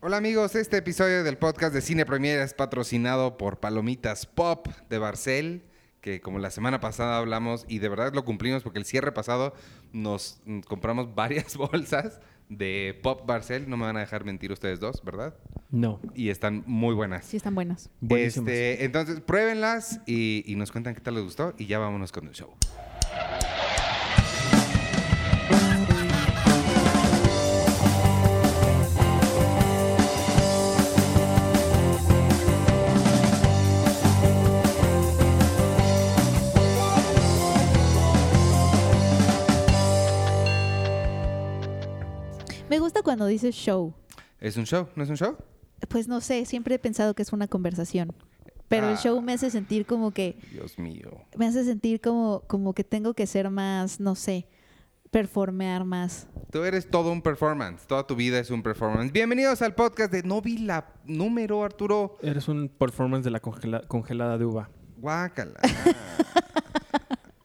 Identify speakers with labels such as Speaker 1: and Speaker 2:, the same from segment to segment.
Speaker 1: Hola amigos, este episodio del podcast de Cine Premier es patrocinado por Palomitas Pop de Barcel, que como la semana pasada hablamos y de verdad lo cumplimos porque el cierre pasado nos mm, compramos varias bolsas de Pop Barcel, no me van a dejar mentir ustedes dos, ¿verdad?
Speaker 2: No.
Speaker 1: Y están muy buenas.
Speaker 3: Sí, están buenas.
Speaker 2: Buenísimas.
Speaker 1: Este, entonces, pruébenlas y, y nos cuentan qué tal les gustó y ya vámonos con el show.
Speaker 3: Me gusta cuando dices show.
Speaker 1: ¿Es un show? ¿No es un show?
Speaker 3: Pues no sé, siempre he pensado que es una conversación. Pero el
Speaker 1: Ah.
Speaker 3: show me hace sentir como que,
Speaker 1: Dios mío.
Speaker 3: me hace sentir como, como que tengo que ser más, no sé, performear más.
Speaker 1: Tú eres todo un performance, toda tu vida es un performance. Bienvenidos al podcast de No vi la número, Arturo.
Speaker 2: Eres un performance de la congela- congelada de uva.
Speaker 1: Guácala.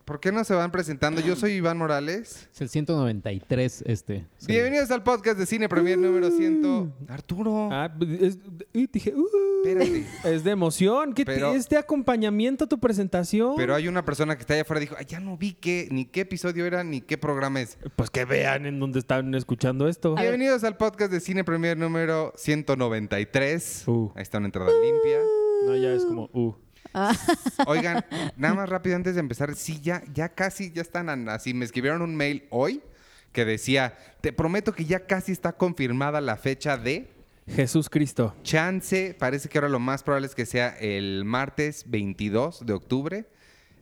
Speaker 1: ¿Por qué no se van presentando? Yo soy Iván Morales.
Speaker 4: Es el 193 este.
Speaker 1: Bienvenidos al podcast de Cine Premier número 100. Arturo,
Speaker 2: Ah, es- y dije, "Uh".
Speaker 1: espérate.
Speaker 2: es de emoción. ¿Qué te-
Speaker 1: Pero-
Speaker 2: es de acompañamiento a tu presentación?
Speaker 1: Pero hay una persona que está allá afuera y dijo, "Ay, ya no vi qué, ni qué episodio era, ni qué programa es.
Speaker 2: Pues que vean en dónde están escuchando esto.
Speaker 3: ver.
Speaker 1: Bienvenidos al podcast de Cine Premier número 193.
Speaker 2: Uh.
Speaker 1: Ahí está una entrada limpia.
Speaker 2: No, ya es como, uh.
Speaker 1: Oigan, nada más rápido antes de empezar, sí, ya, ya casi, ya están an- así. Me escribieron un mail hoy que decía, te prometo que ya casi está confirmada la fecha de
Speaker 2: Jesús Cristo.
Speaker 1: chance. Parece que ahora lo más probable es que sea el martes 22 de octubre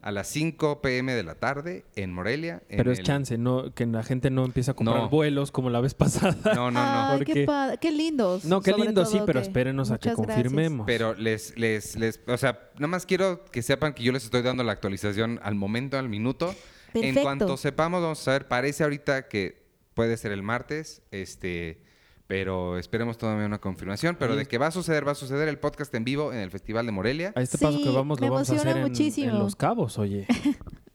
Speaker 1: a las 5 pm de la tarde en Morelia. en
Speaker 2: Pero es
Speaker 1: el-
Speaker 2: chance, no que la gente no empiece a comprar
Speaker 1: No.
Speaker 2: vuelos como la vez pasada.
Speaker 1: No, no, no.
Speaker 3: Ay, qué,
Speaker 2: Porque-
Speaker 3: padre, qué lindos.
Speaker 2: No, qué
Speaker 3: sobre
Speaker 2: lindo, sí,
Speaker 3: todo,
Speaker 2: pero
Speaker 3: que-
Speaker 2: espérenos a que
Speaker 3: Muchas gracias.
Speaker 2: confirmemos.
Speaker 1: Pero les, les, les, o sea, nada más quiero que sepan que yo les estoy dando la actualización al momento, al minuto. En
Speaker 3: Perfecto.
Speaker 1: cuanto sepamos, vamos a saber, parece ahorita que puede ser el martes, este, pero esperemos todavía una confirmación. Pero de que va a suceder, va a suceder el podcast en vivo en el Festival de Morelia,
Speaker 2: A este
Speaker 3: Sí,
Speaker 2: paso que vamos
Speaker 3: me
Speaker 2: lo vamos a
Speaker 3: emociona
Speaker 2: hacer en-
Speaker 3: muchísimo.
Speaker 2: en Los Cabos, oye.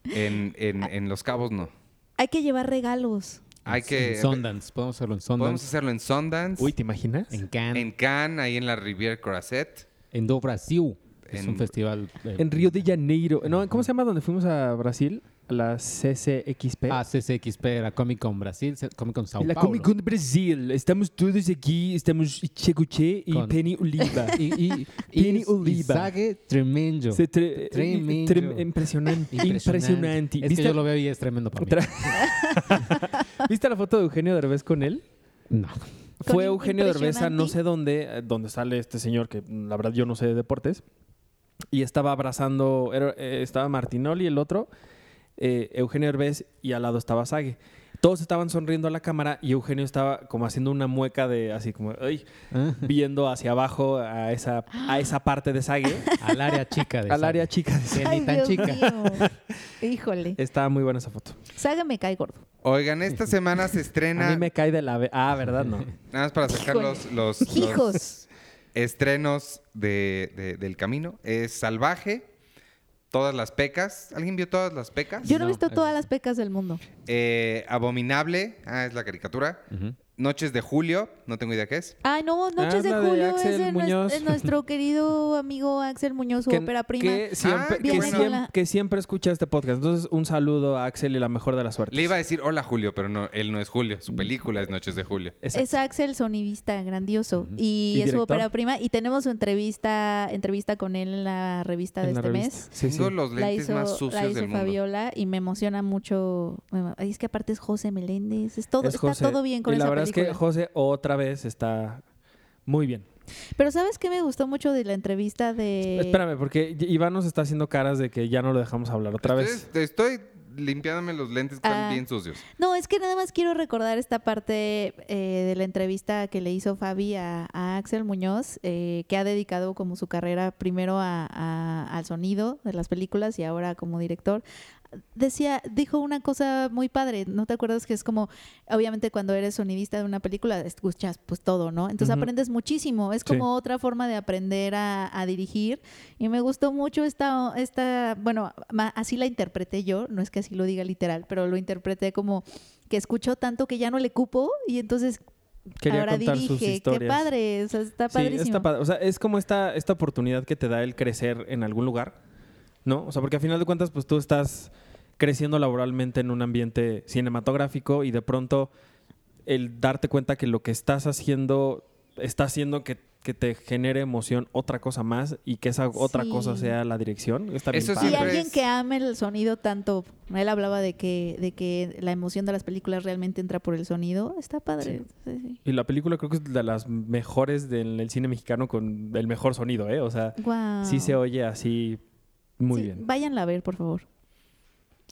Speaker 1: en, en, en Los Cabos no.
Speaker 3: Hay que llevar regalos.
Speaker 1: Hay que...
Speaker 4: En Sundance. Podemos hacerlo en
Speaker 1: Podemos
Speaker 4: Sundance.
Speaker 1: hacerlo en Sundance,
Speaker 2: Uy, ¿te imaginas?
Speaker 4: En Cannes.
Speaker 1: en
Speaker 4: En,
Speaker 1: Cannes, ahí en la Riviera Croisset.
Speaker 4: Do Brasil. es
Speaker 1: En-
Speaker 4: un festival. eh,
Speaker 2: En Río de Janeiro. No, ¿cómo se llama donde fuimos a Brasil? A la CCXP.
Speaker 4: Ah, CCXP era Comic Con Brasil, se- Comic Con Sao
Speaker 2: la
Speaker 4: Paulo.
Speaker 2: Comic Con de Brasil. Estamos todos aquí. Estamos Checuche y
Speaker 4: Con-
Speaker 2: Penny Oliva.
Speaker 4: Y, y, y,
Speaker 2: Penny
Speaker 4: y
Speaker 2: Oliva.
Speaker 4: Sague tremendo.
Speaker 2: Se tre- eh,
Speaker 4: Tremendo.
Speaker 2: trem- impresionante. Impresionante.
Speaker 4: Es que
Speaker 2: ¿Viste,
Speaker 4: yo lo veo y es tremendo para mí.
Speaker 2: Tra- ¿Viste la foto de Eugenio Derbez con él?
Speaker 4: No.
Speaker 3: Con
Speaker 2: Fue
Speaker 3: im-
Speaker 2: Eugenio Derbez a no
Speaker 3: impresionante.
Speaker 2: sé dónde, eh, donde sale este señor que mm, la verdad yo no sé de deportes. Y estaba abrazando, era- eh, estaba Martinoli el otro, eh, Eugenio Derbez y al lado estaba Sague. Todos estaban sonriendo a la cámara y Eugenio estaba como haciendo una mueca de así como, "Ay",
Speaker 4: Ah,
Speaker 2: viendo hacia abajo a esa, a esa parte de Sague,
Speaker 4: Al área chica. de
Speaker 2: al área
Speaker 4: Sague.
Speaker 2: chica Eh, de Sague.
Speaker 4: Que ni tan
Speaker 3: Dios
Speaker 4: chica.
Speaker 3: mío. Híjole.
Speaker 2: Estaba muy buena esa foto.
Speaker 3: Saga me cae gordo.
Speaker 1: Oigan, esta semana se
Speaker 2: A
Speaker 1: estrena,
Speaker 2: mí me cae de la... ve- Ah, ¿verdad? No.
Speaker 1: nada más para sacar
Speaker 3: Híjole.
Speaker 1: los, los, los-
Speaker 3: Hijos.
Speaker 1: estrenos de, de- del camino es Salvaje, Todas las Pecas. ¿Alguien vio Todas las Pecas?
Speaker 3: Yo no he
Speaker 4: No,
Speaker 3: visto
Speaker 4: es-
Speaker 3: todas las pecas del mundo.
Speaker 1: Eh, Abominable, ah, es la caricatura.
Speaker 4: Ujú.
Speaker 1: Noches de Julio, no tengo idea qué es.
Speaker 3: Ay, no, Noches
Speaker 2: Ah, la
Speaker 3: de
Speaker 2: de
Speaker 3: Julio es
Speaker 2: Axel
Speaker 3: de nues-
Speaker 2: Muñoz.
Speaker 3: es nuestro querido amigo Axel Muñoz, su ópera prima.
Speaker 2: que siempre,
Speaker 1: Ah,
Speaker 2: que,
Speaker 3: viene
Speaker 2: siem-
Speaker 3: con la-
Speaker 2: que siempre escucha este podcast. Entonces, un saludo a Axel y la mejor de las suertes.
Speaker 1: Le iba a decir Hola Julio, pero no, él no es Julio. Su película es Noches de Julio.
Speaker 2: Exacto.
Speaker 3: Es Axel sonidista grandioso
Speaker 4: Ujú.
Speaker 3: y,
Speaker 2: ¿Y
Speaker 3: es su
Speaker 2: director?
Speaker 3: ópera prima y tenemos su entrevista entrevista con él en la revista de
Speaker 2: En la
Speaker 3: este
Speaker 2: revista.
Speaker 3: mes.
Speaker 2: Sí, sí.
Speaker 1: Tengo los
Speaker 3: La
Speaker 1: lentes
Speaker 3: hizo,
Speaker 1: más
Speaker 3: la
Speaker 1: sucios
Speaker 3: hizo
Speaker 1: del mundo.
Speaker 3: Fabiola y me emociona mucho. Me emo- ay, Es que aparte es José Meléndez, es todo,
Speaker 2: Es
Speaker 3: está
Speaker 2: José.
Speaker 3: todo bien con
Speaker 2: Y la
Speaker 3: esa
Speaker 2: verdad
Speaker 3: película.
Speaker 2: es que José otra vez está muy bien.
Speaker 3: Pero ¿sabes qué me gustó mucho de la entrevista de
Speaker 2: Espérame, porque I- Iván nos está haciendo caras de que ya no lo dejamos hablar otra vez.
Speaker 1: Estoy, estoy limpiándome los lentes que están
Speaker 3: Ah.
Speaker 1: bien sucios.
Speaker 3: No, es que nada más quiero recordar esta parte eh, de la entrevista que le hizo Fabi a, a Axel Muñoz, eh, que ha dedicado como su carrera primero a- a- al sonido de las películas y ahora como director. Decía, dijo una cosa muy padre, ¿no te acuerdas que es como, obviamente cuando eres sonidista de una película escuchas pues todo, ¿no? Entonces
Speaker 2: Ujú.
Speaker 3: aprendes muchísimo, es
Speaker 2: Sí.
Speaker 3: como otra forma de aprender a, a dirigir y me gustó mucho esta, esta bueno, ma- así la interpreté yo, no es que así lo diga literal, pero lo interpreté como que escuchó tanto que ya no le cupo y entonces
Speaker 2: Quería
Speaker 3: ahora
Speaker 2: contar
Speaker 3: dirige.
Speaker 2: sus historias.
Speaker 3: Qué padre, o sea, está
Speaker 2: Sí,
Speaker 3: padrísimo.
Speaker 2: está padre. O sea, es como esta, esta oportunidad que te da el crecer en algún lugar, ¿no? O sea, porque a final de cuentas, pues tú estás creciendo laboralmente en un ambiente cinematográfico y de pronto el darte cuenta que lo que estás haciendo está haciendo que, que te genere emoción otra cosa más y que esa otra
Speaker 3: Sí.
Speaker 2: cosa sea la dirección. Está bien
Speaker 1: Eso
Speaker 2: padre.
Speaker 3: Y
Speaker 1: siempre
Speaker 3: alguien
Speaker 1: es-
Speaker 3: que ame el sonido tanto, él hablaba de que, de que la emoción de las películas realmente entra por el sonido, está padre. Sí, sí.
Speaker 2: Y la película creo que es de las mejores del el cine mexicano con el mejor sonido, ¿eh? O sea,
Speaker 3: Guau.
Speaker 2: sí se oye así muy
Speaker 3: Sí,
Speaker 2: bien.
Speaker 3: Váyanla a ver, por favor.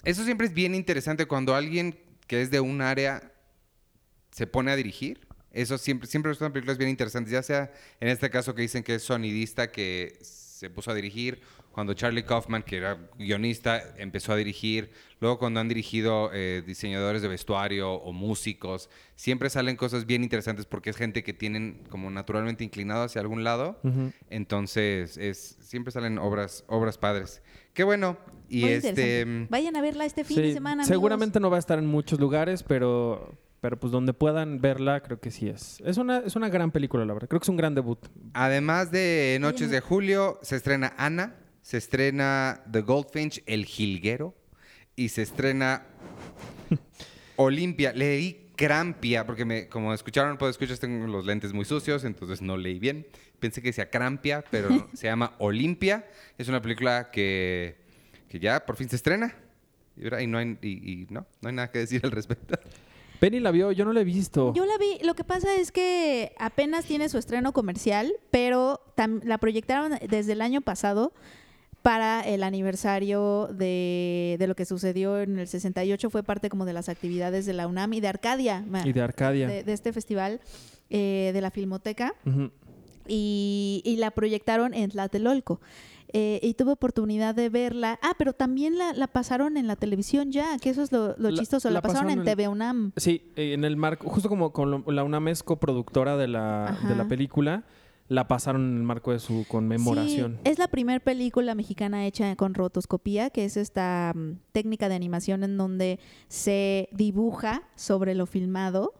Speaker 1: Eso siempre es bien interesante cuando alguien que es de un área se pone a dirigir. Eso siempre, siempre son películas bien interesantes, ya sea en este caso que dicen que es sonidista que se puso a dirigir, cuando Charlie Kaufman, que era guionista, empezó a dirigir, luego cuando han dirigido eh, diseñadores de vestuario o músicos, siempre salen cosas bien interesantes porque es gente que tienen como naturalmente inclinado hacia algún lado,
Speaker 3: Mm.
Speaker 2: Ujú.
Speaker 1: entonces es, siempre salen obras, obras padres. Qué bueno, y
Speaker 3: Muy
Speaker 1: este...
Speaker 3: interesante. Vayan a verla este fin de
Speaker 2: Sí,
Speaker 3: semana. amigos.
Speaker 2: Seguramente no va a estar en muchos lugares, pero, pero pues donde puedan verla, creo que sí es. Es una, es una gran película, la verdad. Creo que es un gran debut.
Speaker 1: Además de Noches
Speaker 3: no.
Speaker 1: de Julio, se estrena Ana, se estrena The Goldfinch, El Jilguero, y se estrena Olimpia. Leí Crampia, porque me, como escucharon, pues escuchas, tengo los lentes muy sucios, entonces no leí bien. Pensé que decía Crampia, pero no, se llama Olimpia. Es una película que, que ya por fin se estrena. Y, ahora- y no hay, y- y no, no hay nada que decir al respecto.
Speaker 2: Penny la vio, yo no la he visto.
Speaker 3: Yo la vi, lo que pasa es que apenas tiene su estreno comercial, pero tam- la proyectaron desde el año pasado para el aniversario de, de lo que sucedió en el 68, fue parte como de las actividades de la UNAM y de Arcadia, ma-
Speaker 2: Y de Arcadia.
Speaker 3: de, de este festival eh, de la Filmoteca
Speaker 2: Ujú.
Speaker 3: y, y la proyectaron en Tlatelolco. Eh, y tuve oportunidad de verla. Ah, pero también la, la pasaron en la televisión ya, que eso es lo, lo
Speaker 2: La-
Speaker 3: chistoso. La,
Speaker 2: la
Speaker 3: pasaron,
Speaker 2: pasaron
Speaker 3: en
Speaker 2: en-
Speaker 3: TV UNAM.
Speaker 2: Sí, eh, en el marco, justo como con lo- la UNAM es coproductora de la, de la
Speaker 3: Ajá.
Speaker 2: película, la pasaron en el marco de su conmemoración.
Speaker 3: Sí, eh. es la primera película mexicana hecha con rotoscopía, que es esta mm, técnica de animación en donde se dibuja sobre lo filmado.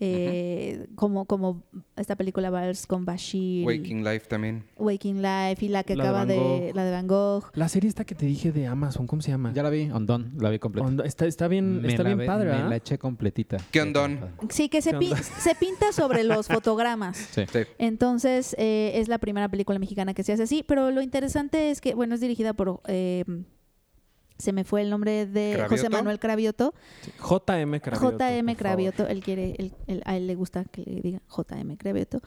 Speaker 3: eh, como, como esta película Vals con Bashir. y
Speaker 1: Waking Life también.
Speaker 3: Waking Life y la que
Speaker 2: La de
Speaker 3: acaba
Speaker 2: Van
Speaker 3: de,
Speaker 2: Gogh.
Speaker 3: la de Van Gogh.
Speaker 2: La serie esta que te dije de Amazon, ¿cómo se llama?
Speaker 4: Ya la vi, Ondón, la vi completa.
Speaker 2: Onda- está, está bien,
Speaker 4: Me
Speaker 2: está
Speaker 4: la
Speaker 2: bien
Speaker 4: ve-
Speaker 2: padre, ¿ah?
Speaker 4: Me
Speaker 2: ¿verdad?
Speaker 4: la eché completita.
Speaker 1: ¿Qué Ondón?
Speaker 3: Sí, que se,
Speaker 2: ¿Qué
Speaker 3: pi-
Speaker 2: onda?
Speaker 3: se pinta sobre los fotogramas.
Speaker 4: Sí.
Speaker 1: Sí.
Speaker 3: Entonces, eh, es la primera película mexicana que se hace así, pero lo interesante es que, bueno, es dirigida por, eh, se me fue el nombre de José
Speaker 1: ¿Cravioto?
Speaker 3: Manuel Cravioto,
Speaker 2: JM Cravioto.
Speaker 3: JM
Speaker 2: por
Speaker 3: Cravioto, él quiere, él- él- a él le gusta que le diga JM Cravioto.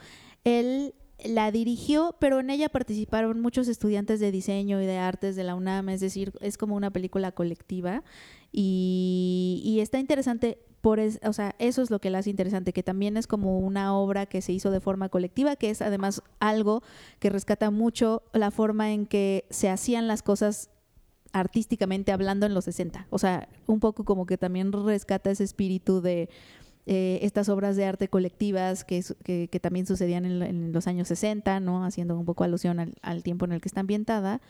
Speaker 3: Él la dirigió, pero en ella participaron muchos estudiantes de diseño y de artes de la UNAM, es decir, es como una película colectiva y, y está interesante. Por es- o sea, eso es lo que la hace interesante, que también es como una obra que se hizo de forma colectiva, que es además algo que rescata mucho la forma en que se hacían las cosas artísticamente hablando en los 60. O sea, un poco como que también rescata ese espíritu de eh, estas obras de arte colectivas que, su- que- que también sucedían en, lo- en los años 60, ¿no? Haciendo un poco alusión al, al tiempo en el que está ambientada.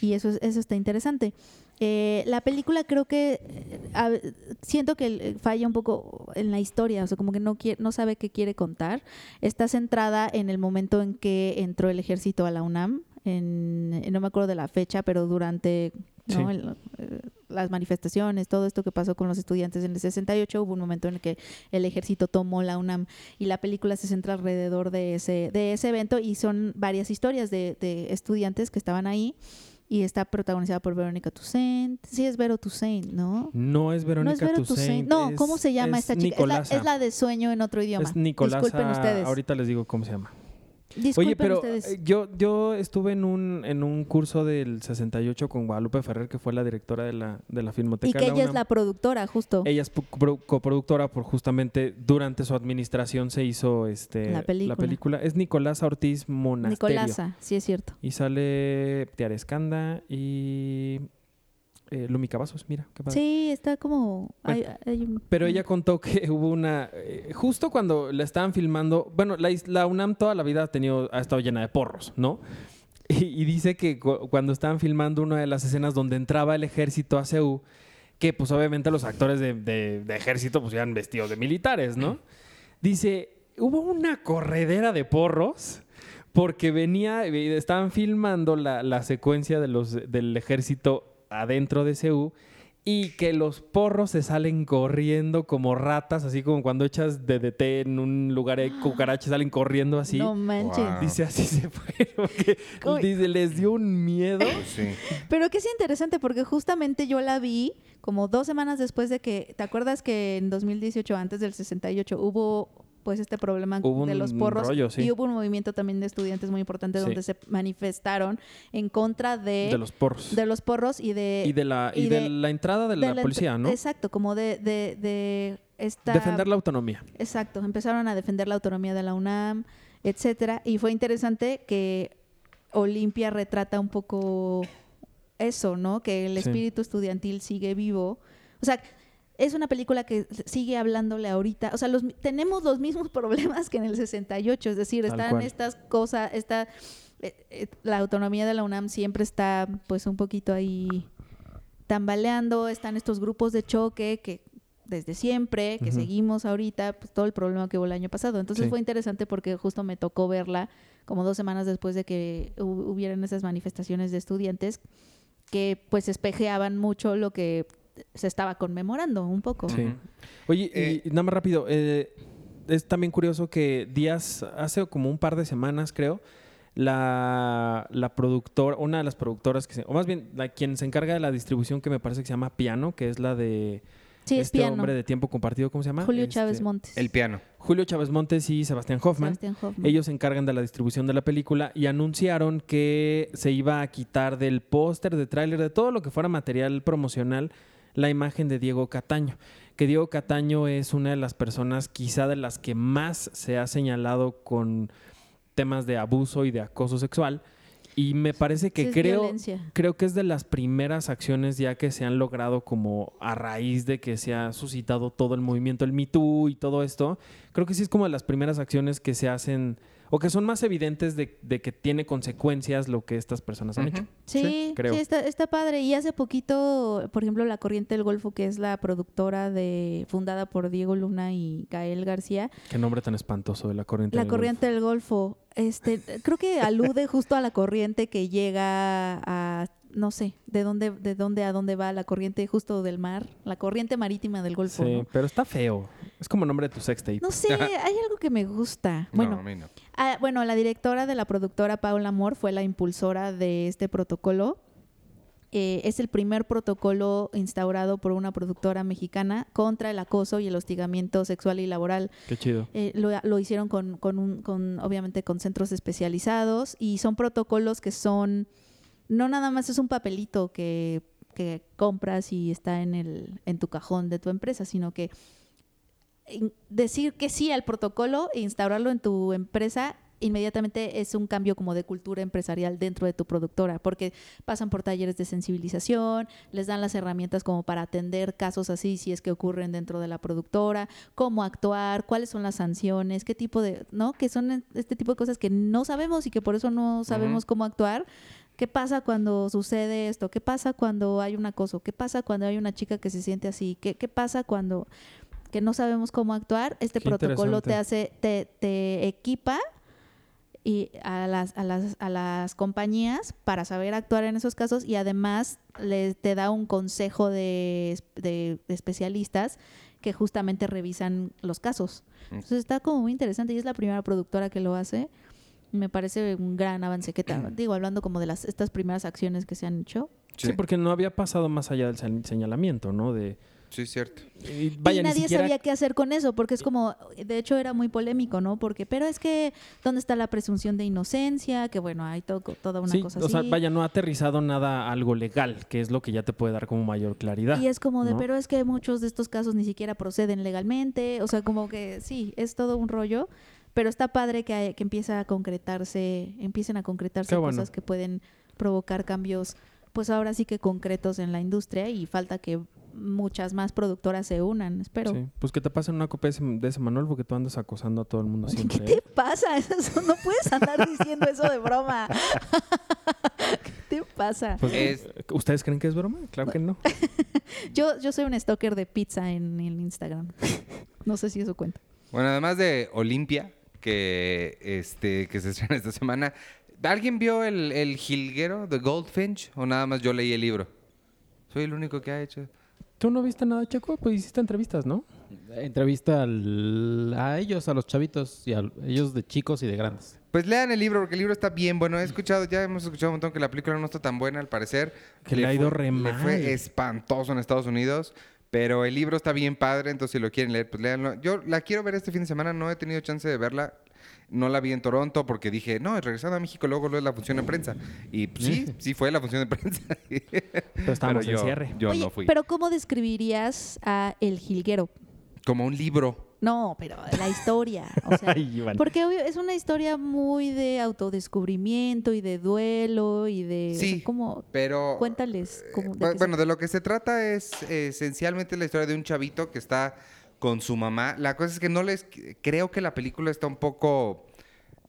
Speaker 3: Y eso, es- eso está interesante. Eh, la película creo que eh, a ve- siento que eh, falla un poco en la historia, o sea, como que no, quiere, no sabe qué quiere contar está centrada en el momento en que entró el ejército a la UNAM. En, eh, no me acuerdo de la fecha, pero durante ¿no?
Speaker 2: Sí.
Speaker 3: el- eh, las manifestaciones, todo esto que pasó con los estudiantes en el 68, hubo un momento en el que el ejército tomó la UNAM y la película se centra alrededor de ese, de ese evento y son varias historias de, de estudiantes que estaban ahí y está protagonizada por Verónica Toussaint. Sí, es Vero Toussaint, ¿no?
Speaker 2: No es Verónica
Speaker 3: no es Vero
Speaker 2: Toussaint.
Speaker 3: No,
Speaker 2: es-
Speaker 3: ¿cómo se llama
Speaker 2: es
Speaker 3: esta chica? Es la,
Speaker 2: Nicolasa.
Speaker 3: es la de sueño en otro idioma.
Speaker 2: Es Nicolasa.
Speaker 3: Disculpen ustedes.
Speaker 2: Ahorita les digo cómo se llama.
Speaker 3: Disculpen
Speaker 2: Oye, pero
Speaker 3: ustedes.
Speaker 2: eh, yo, yo estuve en un, en un curso del 68 con Guadalupe Ferrer, que fue la directora de la, de la Filmoteca.
Speaker 3: y que
Speaker 2: de
Speaker 3: ella es
Speaker 2: UNAM.
Speaker 3: la productora, justo.
Speaker 2: Ella es pu- pro- coproductora por justamente durante su administración se hizo este,
Speaker 3: La película.
Speaker 2: Es Nicolás Ortiz Monasterio.
Speaker 3: Nicolasa, sí es cierto.
Speaker 2: Y sale Tiara Escanda y eh, Lumi Cavazos, mira, qué padre.
Speaker 3: Sí, está como... hay- hay un-
Speaker 2: Pero ella contó que hubo una. eh, justo cuando la estaban filmando. Bueno, la, is- la UNAM toda la vida ha, tenido, ha estado llena de porros, ¿no? Y, y dice que cu- cuando estaban filmando una de las escenas donde entraba el ejército a CEU, que pues obviamente los actores de, de- de ejército pues iban vestidos de militares, ¿no? Dice, hubo una corredera de porros porque venía, eh, estaban filmando la, la secuencia de los, del ejército adentro de CEU y que los porros se salen corriendo como ratas, así como cuando echas DDT en un lugar y hay cucarachas, salen corriendo así.
Speaker 3: No manches.
Speaker 1: Guau.
Speaker 2: Dice, así se fueron. que
Speaker 3: Uy.
Speaker 2: dice, les dio un miedo.
Speaker 1: Pues sí.
Speaker 3: Pero que es interesante porque justamente yo la vi como dos semanas después de que, ¿te acuerdas que en 2018, antes del 68, hubo pues este problema
Speaker 2: Hubo
Speaker 3: de
Speaker 2: un
Speaker 3: los porros
Speaker 2: rollo, sí.
Speaker 3: y hubo un movimiento también de estudiantes muy importante
Speaker 2: Sí.
Speaker 3: donde se manifestaron en contra de,
Speaker 2: De los porros.
Speaker 3: de los porros y de...
Speaker 2: y de la, y
Speaker 3: y
Speaker 2: de
Speaker 3: de-
Speaker 2: la entrada de,
Speaker 3: de
Speaker 2: la,
Speaker 3: la-
Speaker 2: policía, ¿no?
Speaker 3: Exacto, como de, de, de esta...
Speaker 2: Defender la autonomía.
Speaker 3: Exacto, empezaron a defender la autonomía de la UNAM, etcétera, y fue interesante que Olimpia retrata un poco eso, ¿no? Que el
Speaker 2: Sí.
Speaker 3: espíritu estudiantil sigue vivo. O sea, es una película que sigue hablándole ahorita. O sea, los, mi- tenemos los mismos problemas que en el 68, es decir,
Speaker 2: Tal
Speaker 3: están
Speaker 2: cual.
Speaker 3: estas cosas, esta eh, eh, la autonomía de la UNAM siempre está pues un poquito ahí tambaleando, están estos grupos de choque que desde siempre, que
Speaker 2: Ujú.
Speaker 3: seguimos ahorita, pues todo el problema que hubo el año pasado. Entonces
Speaker 2: Sí.
Speaker 3: fue interesante porque justo me tocó verla como dos semanas después de que hu- hubieran esas manifestaciones de estudiantes que pues espejeaban mucho lo que se estaba conmemorando un poco.
Speaker 2: Sí. Oye,
Speaker 1: Eh,
Speaker 2: y nada más rápido, eh, es también curioso que días, hace como un par de semanas creo, la, la productora, una de las productoras, que se- o más bien la, quien se encarga de la distribución que me parece que se llama Piano, que es la de
Speaker 3: Sí, es
Speaker 2: este
Speaker 3: piano.
Speaker 2: hombre de tiempo compartido, ¿cómo se llama?
Speaker 3: Julio
Speaker 2: Este,
Speaker 3: Chávez Montes.
Speaker 1: El piano.
Speaker 2: Julio Chávez Montes y Sebastián Hoffman.
Speaker 3: Sebastián Hoffman.
Speaker 2: Ellos se encargan de la distribución de la película y anunciaron que se iba a quitar del póster, de tráiler, de todo lo que fuera material promocional, la imagen de Diego Cataño. Que Diego Cataño es una de las personas, quizá de las que más se ha señalado con temas de abuso y de acoso sexual. Y me parece que
Speaker 3: Sí, es
Speaker 2: creo,
Speaker 3: violencia.
Speaker 2: creo que es de las primeras acciones ya que se han logrado como a raíz de que se ha suscitado todo el movimiento, el Me Too y todo esto. Creo que sí es como de las primeras acciones que se hacen o que son más evidentes de, de que tiene consecuencias lo que estas personas han
Speaker 1: Ujú.
Speaker 2: hecho.
Speaker 3: Sí, sí,
Speaker 2: creo.
Speaker 3: está, está padre. Y hace poquito, por ejemplo, La Corriente del Golfo, que es la productora de fundada por Diego Luna y Gael García,
Speaker 2: Qué nombre tan espantoso de la corriente.
Speaker 3: La
Speaker 2: del
Speaker 3: Corriente del Golfo, este, creo que alude justo a la corriente que llega a, no sé, de dónde, de dónde a dónde va la corriente justo del mar, la corriente marítima del
Speaker 2: Golfo.
Speaker 3: Golfo.
Speaker 2: Sí,
Speaker 3: ¿no?
Speaker 2: pero está feo. Es como nombre de tu sextape.
Speaker 3: No sé, hay algo que me gusta. Bueno,
Speaker 1: no, a mí no.
Speaker 3: Ah, bueno, la directora de la productora Paula Moore fue la impulsora de este protocolo. Eh, es el primer protocolo instaurado por una productora mexicana contra el acoso y el hostigamiento sexual y laboral.
Speaker 2: Qué chido.
Speaker 3: Eh, lo, lo hicieron con, con un- con, obviamente, con centros especializados y son protocolos que son, no nada más es un papelito que, que compras y está en, el, en tu cajón de tu empresa, sino que in- decir que sí al protocolo e instaurarlo en tu empresa inmediatamente es un cambio como de cultura empresarial dentro de tu productora, porque pasan por talleres de sensibilización, les dan las herramientas como para atender casos así si es que ocurren dentro de la productora, cómo actuar, cuáles son las sanciones, qué tipo de, ¿no? Que son en- este tipo de cosas que no sabemos y que por eso no sabemos cómo actuar. ¿Qué pasa cuando sucede esto? ¿Qué pasa cuando hay un acoso? ¿Qué pasa cuando hay una chica que se siente así? ¿Qué, qué pasa cuando que no sabemos cómo actuar? Este
Speaker 2: Qué
Speaker 3: protocolo te
Speaker 2: interesante.
Speaker 3: hace, te, te equipa y a las, a, las, a las compañías para saber actuar en esos casos y además les, te da un consejo de, es- de- de especialistas que justamente revisan los casos.
Speaker 2: Mm.
Speaker 3: Entonces está como muy interesante y es la primera productora que lo hace. Me parece un gran avance. que tal? Digo, hablando como de las estas primeras acciones que se han hecho.
Speaker 2: Sí. porque no había pasado más allá del señ- señalamiento, ¿no? De,
Speaker 1: Sí, cierto.
Speaker 2: y vaya,
Speaker 3: y
Speaker 2: ni
Speaker 3: nadie
Speaker 2: siquiera-
Speaker 3: sabía qué hacer con eso, porque es como, de hecho era muy polémico, ¿no? Porque, pero es que, ¿dónde está la presunción de inocencia? Que bueno, hay to- toda una
Speaker 2: Sí,
Speaker 3: cosa
Speaker 2: o sea,
Speaker 3: así.
Speaker 2: vaya, no ha aterrizado nada a algo legal, que es lo que ya te puede dar como mayor claridad.
Speaker 3: Y es como de,
Speaker 2: ¿no?
Speaker 3: pero es que muchos de estos casos ni siquiera proceden legalmente. O sea, como que sí, es todo un rollo. Pero está padre que, hay- que empieza a concretarse, empiecen a concretarse
Speaker 2: Qué bueno.
Speaker 3: cosas que pueden provocar cambios, pues ahora sí que concretos en la industria y falta que muchas más productoras se unan, espero.
Speaker 2: Sí, pues que te pasen una copia de ese, de ese manual porque tú andas acosando a todo el mundo
Speaker 3: ¿Qué
Speaker 2: siempre.
Speaker 3: te
Speaker 2: ¿eh?
Speaker 3: pasa? Eso- no puedes andar diciendo eso de broma. ¿Qué te pasa?
Speaker 2: Pues,
Speaker 1: Es-
Speaker 2: ¿Ustedes creen que es broma? Claro que no. Pues
Speaker 3: Yo, yo soy un stalker de pizza en el Instagram. No sé si eso cuenta.
Speaker 1: Bueno, además de Olimpia, que, este, que se estrena esta semana, ¿alguien vio el, el jilguero de Goldfinch o nada más yo leí el libro? Soy el único que ha hecho.
Speaker 2: ¿Tú no viste nada, Checo? Pues hiciste entrevistas, ¿no?
Speaker 4: Entrevista al- a ellos, a los chavitos, y a ellos de chicos y de grandes.
Speaker 1: Pues lean el libro, porque el libro está bien bueno. He escuchado, ya hemos escuchado un montón que la película no está tan buena, al parecer.
Speaker 2: Que le ha ido
Speaker 1: fue-
Speaker 2: re
Speaker 1: Le
Speaker 2: mal.
Speaker 1: fue espantoso en Estados Unidos. Pero el libro está bien padre, entonces si lo quieren leer, pues léanlo. Yo la quiero ver este fin de semana, no he tenido chance de verla. No la vi en Toronto porque dije, no, regresando a México luego lo es la función de prensa. Y pues, sí, sí fue la función de prensa.
Speaker 2: Pero estábamos
Speaker 1: Pero
Speaker 2: Eh. en cierre.
Speaker 1: Yo
Speaker 3: Oye,
Speaker 1: no fui.
Speaker 3: pero ¿cómo describirías a El Jilguero?
Speaker 1: Como un libro.
Speaker 3: No, pero la historia. o sea,
Speaker 2: Ay, Iván.
Speaker 3: porque obvio, es una historia muy de autodescubrimiento y de duelo y de... o sea,
Speaker 1: Sí,
Speaker 3: como,
Speaker 1: pero... eh,
Speaker 3: cuéntales. cómo- de
Speaker 1: Bu-
Speaker 3: qué se
Speaker 1: bueno, de lo que se trata es eh, esencialmente la historia de un chavito que está con su mamá. La cosa es que no les creo que la película está un poco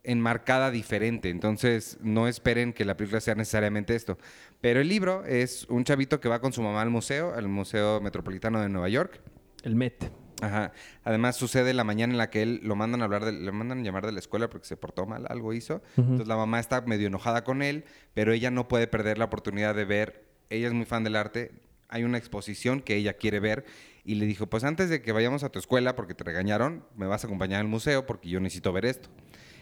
Speaker 1: enmarcada diferente, entonces no esperen que la película sea necesariamente esto. Pero el libro es un chavito que va con su mamá al museo, al Museo Metropolitano de Nueva York.
Speaker 2: El Met.
Speaker 1: Ajá. Además sucede la mañana en la que él lo mandan a hablar, de- le mandan llamar de la escuela porque se portó mal, algo hizo. Entonces la mamá está medio enojada con él, pero ella no puede perder la oportunidad de ver. Ella es muy fan del arte. Hay una exposición que ella quiere ver y le dijo, pues antes de que vayamos a tu escuela porque te regañaron, me vas a acompañar al museo porque yo necesito ver esto.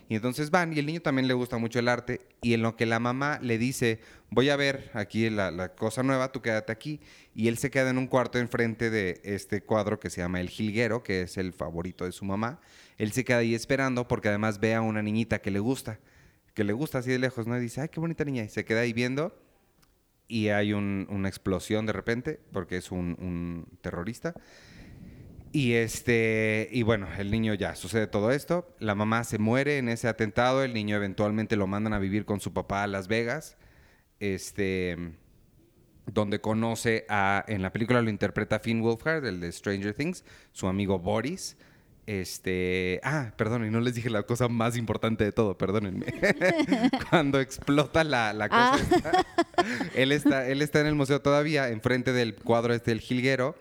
Speaker 1: Y entonces van, y el niño también le gusta mucho el arte, y en lo que la mamá le dice, voy a ver aquí la, la cosa nueva, tú quédate aquí, y él se queda en un cuarto enfrente de este cuadro que se llama El Jilguero, que es el favorito de su mamá, él se queda ahí esperando porque además ve a una niñita que le gusta, que le gusta así de lejos, ¿no? Y dice, ay, qué bonita niña, y se queda ahí viendo, y hay un- una explosión de repente, porque es un- un terrorista, y este, y bueno, el niño ya sucede todo esto. La mamá se muere en ese atentado. El niño eventualmente lo mandan a vivir con su papá a Las Vegas. Este, donde conoce a. En la película lo interpreta Finn Wolfhard, el de Stranger Things, su amigo Boris. Este. Ah, perdón, y no les dije la cosa más importante de todo, perdónenme. Cuando explota la, la cosa.
Speaker 3: Ah.
Speaker 1: esta, él, está, él está en el museo todavía, enfrente del cuadro este del jilguero.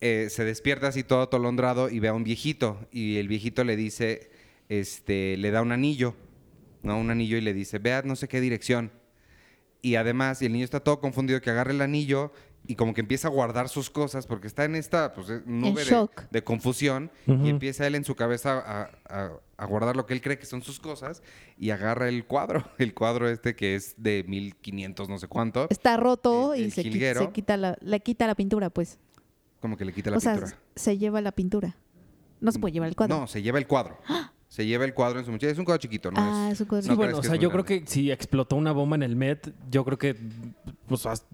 Speaker 1: Eh, se despierta así todo atolondrado y ve a un viejito. Y el viejito le dice. Este. Le da un anillo. ¿No? Un anillo y le dice: Vea, no sé qué dirección. Y además, y el niño está todo confundido que agarra el anillo y como que empieza a guardar sus cosas porque está en esta pues, eh, nube de,
Speaker 3: shock.
Speaker 1: de confusión
Speaker 2: Ujú.
Speaker 1: y empieza él en su cabeza a, a- a guardar lo que él cree que son sus cosas y agarra el cuadro, el cuadro este que es de 1500 no sé cuánto,
Speaker 3: Está roto
Speaker 1: El-
Speaker 3: y
Speaker 1: el
Speaker 3: se, qui-
Speaker 1: jilguero.
Speaker 3: se quita la, le quita la pintura, pues.
Speaker 1: como que le quita la
Speaker 3: o sea,
Speaker 1: pintura.
Speaker 3: se lleva la pintura. No se puede llevar el cuadro.
Speaker 1: No, se lleva el cuadro. Se lleva el cuadro en su mochila. Es un cuadro chiquito, ¿no?
Speaker 3: ah,
Speaker 1: es,
Speaker 3: es un cuadro.
Speaker 2: Sí,
Speaker 1: No
Speaker 2: bueno,
Speaker 1: creas
Speaker 2: o
Speaker 1: que
Speaker 2: sea,
Speaker 1: es
Speaker 2: yo
Speaker 1: muy
Speaker 2: creo que si explotó una bomba en el Met, yo creo que pues, as-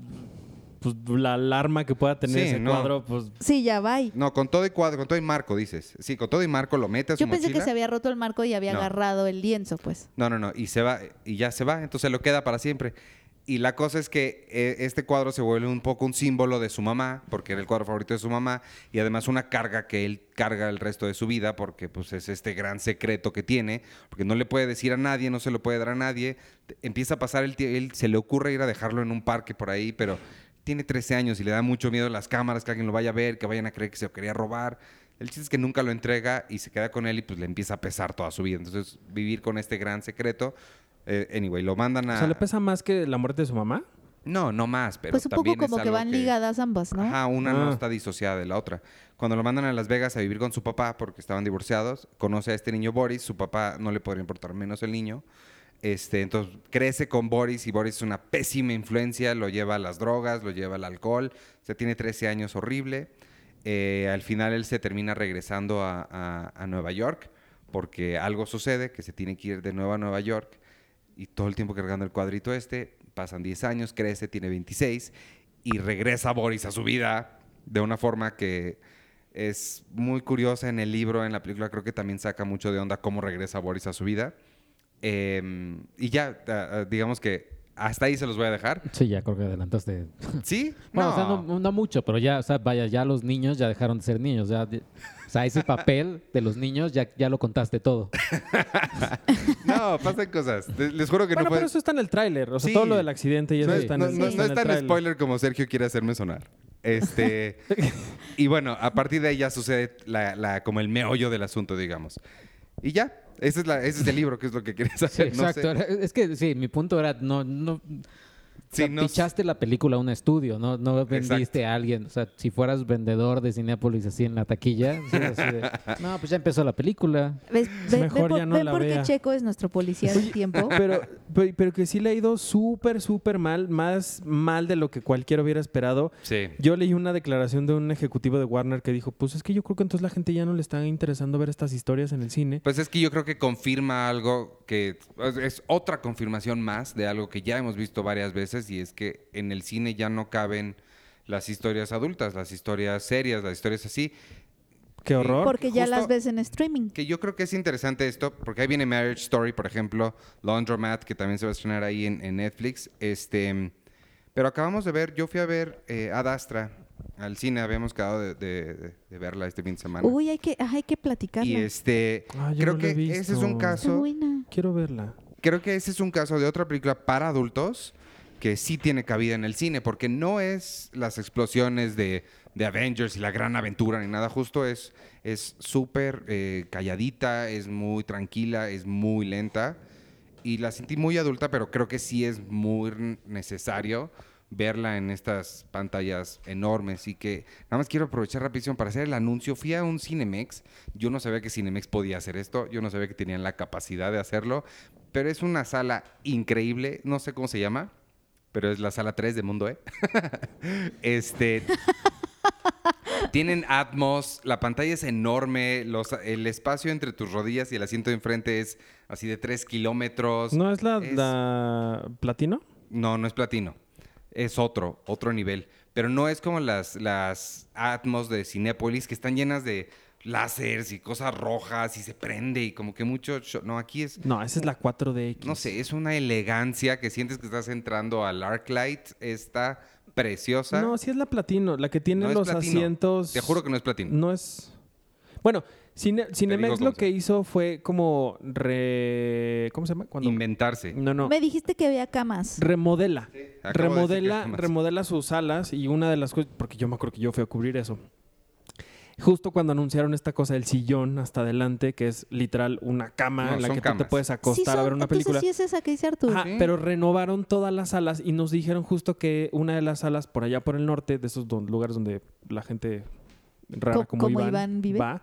Speaker 2: pues, la alarma que pueda tener
Speaker 1: Sí,
Speaker 2: ese
Speaker 1: no.
Speaker 2: cuadro, pues
Speaker 3: Sí, ya va. y-
Speaker 1: No, con todo y cuadro, con todo y marco, dices. Sí, con todo y marco lo mete a su
Speaker 3: Yo pensé que
Speaker 1: mochila.
Speaker 3: se había roto el marco y había
Speaker 1: No.
Speaker 3: agarrado el lienzo, pues.
Speaker 1: No, no, no. Y se va, y ya se va, entonces lo queda para siempre. Y la cosa es que eh, este cuadro se vuelve un poco un símbolo de su mamá, porque era el cuadro favorito de su mamá, y además una carga que él carga el resto de su vida, porque pues es este gran secreto que tiene, porque no le puede decir a nadie, no se lo puede dar a nadie. Te- Empieza a pasar el tie- él se le ocurre ir a dejarlo en un parque por ahí, pero tiene 13 años y le da mucho miedo las cámaras, que alguien lo vaya a ver, que vayan a creer que se lo quería robar. El chiste es que nunca lo entrega y se queda con él y pues le empieza a pesar toda su vida. Entonces, vivir con este gran secreto. eh, anyway, lo mandan a.
Speaker 2: o sea, le pesa más que la muerte de su mamá.
Speaker 1: No, no más, pero.
Speaker 3: pues un poco
Speaker 1: también es
Speaker 3: como que
Speaker 1: algo
Speaker 3: van ligadas ambas, ¿no?
Speaker 1: Ajá, una no
Speaker 2: Ah.
Speaker 1: está disociada de la otra. Cuando lo mandan a Las Vegas a vivir con su papá, porque estaban divorciados, conoce a este niño Boris, su papá no le podría importar menos el niño. Este, entonces crece con Boris y Boris es una pésima influencia, lo lleva a las drogas, lo lleva al alcohol, o sea, tiene 13 años horrible. Eh, al final él se termina regresando a, a- a Nueva York porque algo sucede, que se tiene que ir de nuevo a Nueva York y todo el tiempo cargando el cuadrito este, pasan 10 años, crece, tiene 26 y regresa Boris a su vida de una forma que es muy curiosa en el libro, en la película creo que también saca mucho de onda cómo regresa Boris a su vida. Eh, y ya, ah, ah, digamos que hasta ahí se los voy a dejar.
Speaker 4: Sí, ya creo que adelantaste.
Speaker 1: ¿Sí?
Speaker 4: Bueno, o sea, no, no mucho, pero ya, o sea, vaya, ya los niños ya dejaron de ser niños. Ya, de- o sea, ese papel de los niños ya, ya lo contaste todo.
Speaker 1: No, pasan cosas. Les, les juro que
Speaker 2: bueno,
Speaker 1: no fue...
Speaker 2: pero eso está en el tráiler. O sea,
Speaker 1: Sí.
Speaker 2: todo lo del accidente y eso
Speaker 1: no,
Speaker 2: está en
Speaker 1: no-
Speaker 2: el
Speaker 1: no-
Speaker 3: sí.
Speaker 1: no
Speaker 2: está en
Speaker 1: es
Speaker 2: el
Speaker 1: tan
Speaker 2: tráiler.
Speaker 1: spoiler como Sergio quiere hacerme sonar. Este, y bueno, a partir de ahí ya sucede la, la- como el meollo del asunto, digamos. Y ya, ese es, la, ese es el libro, que es lo que quieres
Speaker 4: Sí,
Speaker 1: hacer.
Speaker 4: exacto. Era- Es que sí, mi punto era, no, no,
Speaker 1: Sí,
Speaker 4: o sea,
Speaker 1: no-
Speaker 4: pichaste la película a un estudio, no, no vendiste
Speaker 1: Exacto.
Speaker 4: a alguien. O sea, si fueras vendedor de Cinépolis así en la taquilla, sí, así de, no, pues ya empezó la película.
Speaker 3: ¿Ves, ve,
Speaker 2: mejor
Speaker 3: ve por-
Speaker 2: ya no
Speaker 3: ve
Speaker 2: la
Speaker 3: por qué
Speaker 2: vea.
Speaker 3: Checo es nuestro policía del tiempo?
Speaker 2: Pero, pero, pero que sí le ha ido súper, súper mal, más mal de lo que cualquiera hubiera esperado.
Speaker 1: Sí.
Speaker 2: Yo leí una declaración de un ejecutivo de Warner que dijo, pues es que yo creo que entonces la gente ya no le está interesando ver estas historias en el cine.
Speaker 1: Pues es que yo creo que confirma algo que es- es otra confirmación más de algo que ya hemos visto varias veces y es que en el cine ya no caben las historias adultas, las historias serias, las historias así.
Speaker 2: Qué horror.
Speaker 3: Porque ya
Speaker 1: Justo-
Speaker 3: las ves en streaming.
Speaker 1: Que yo creo que es interesante esto, porque ahí viene Marriage Story, por ejemplo, Laundromat, que también se va a estrenar ahí en, en Netflix. Este, pero acabamos de ver, yo fui a ver eh, Ad Astra al cine, habíamos quedado de, de- de verla este fin de semana.
Speaker 3: Uy, hay que, ajá, hay que platicarla.
Speaker 1: y este,
Speaker 2: Ah, yo
Speaker 1: creo
Speaker 2: no la
Speaker 1: que
Speaker 2: he visto.
Speaker 1: ese es un
Speaker 3: Está
Speaker 1: caso
Speaker 3: buena.
Speaker 2: Quiero verla.
Speaker 1: creo que ese es un caso de otra película para adultos que sí tiene cabida en el cine, porque no es las explosiones de, de Avengers y la gran aventura ni nada, justo es es súper eh, calladita, es muy tranquila, es muy lenta, y la sentí muy adulta, pero creo que sí es muy necesario verla en estas pantallas enormes y que nada más quiero aprovechar rapidísimo para hacer el anuncio. Fui a un Cinemex, yo no sabía que Cinemex podía hacer esto, yo no sabía que tenían la capacidad de hacerlo, pero es una sala increíble, no sé cómo se llama, pero es la sala 3 de Mundo E. este tienen Atmos, la pantalla es enorme, los- el espacio entre tus rodillas y el asiento de enfrente es así de 3 kilómetros.
Speaker 2: ¿No Pues es la,
Speaker 1: Es-
Speaker 2: la platino?
Speaker 1: no, no es platino. Es otro, otro nivel. Pero no es como las, las Atmos de Cinépolis que están llenas de lásers y cosas rojas y se prende y como que mucho... sho- No, aquí es...
Speaker 2: No, esa es la 4DX.
Speaker 1: No sé, es una elegancia que sientes que estás entrando al Arclight. Está preciosa.
Speaker 2: no, sí es la platino, la que tiene
Speaker 1: No es
Speaker 2: los
Speaker 1: platino.
Speaker 2: asientos.
Speaker 1: Te juro que no es platino.
Speaker 2: No es. Bueno, Cine- Cinemex
Speaker 1: cómo
Speaker 2: lo
Speaker 1: se
Speaker 2: que
Speaker 1: llama. re. ¿Cómo se llama? Cuando- Inventarse.
Speaker 2: No, no.
Speaker 3: Me dijiste que había camas.
Speaker 2: Remodela.
Speaker 1: acabo de decir que
Speaker 2: remodela,
Speaker 1: jamás.
Speaker 2: remodela sus salas y una de las cosas, porque yo me acuerdo que yo fui a cubrir eso. Justo cuando anunciaron esta cosa del sillón hasta adelante, que es literal una cama
Speaker 1: No,
Speaker 2: en la
Speaker 1: son
Speaker 2: que tú te
Speaker 1: camas.
Speaker 2: puedes
Speaker 3: Sí,
Speaker 2: acostar a
Speaker 3: son-
Speaker 2: ver una
Speaker 3: entonces
Speaker 2: película.
Speaker 3: sí es esa que dice Arturo.
Speaker 2: Ajá,
Speaker 1: Sí.
Speaker 2: Pero renovaron todas las salas y nos dijeron justo que una de las salas por allá por el norte, de esos don- lugares donde la gente rara
Speaker 3: Co-
Speaker 2: como,
Speaker 3: como
Speaker 2: Iván,
Speaker 3: Iván vive.
Speaker 2: va,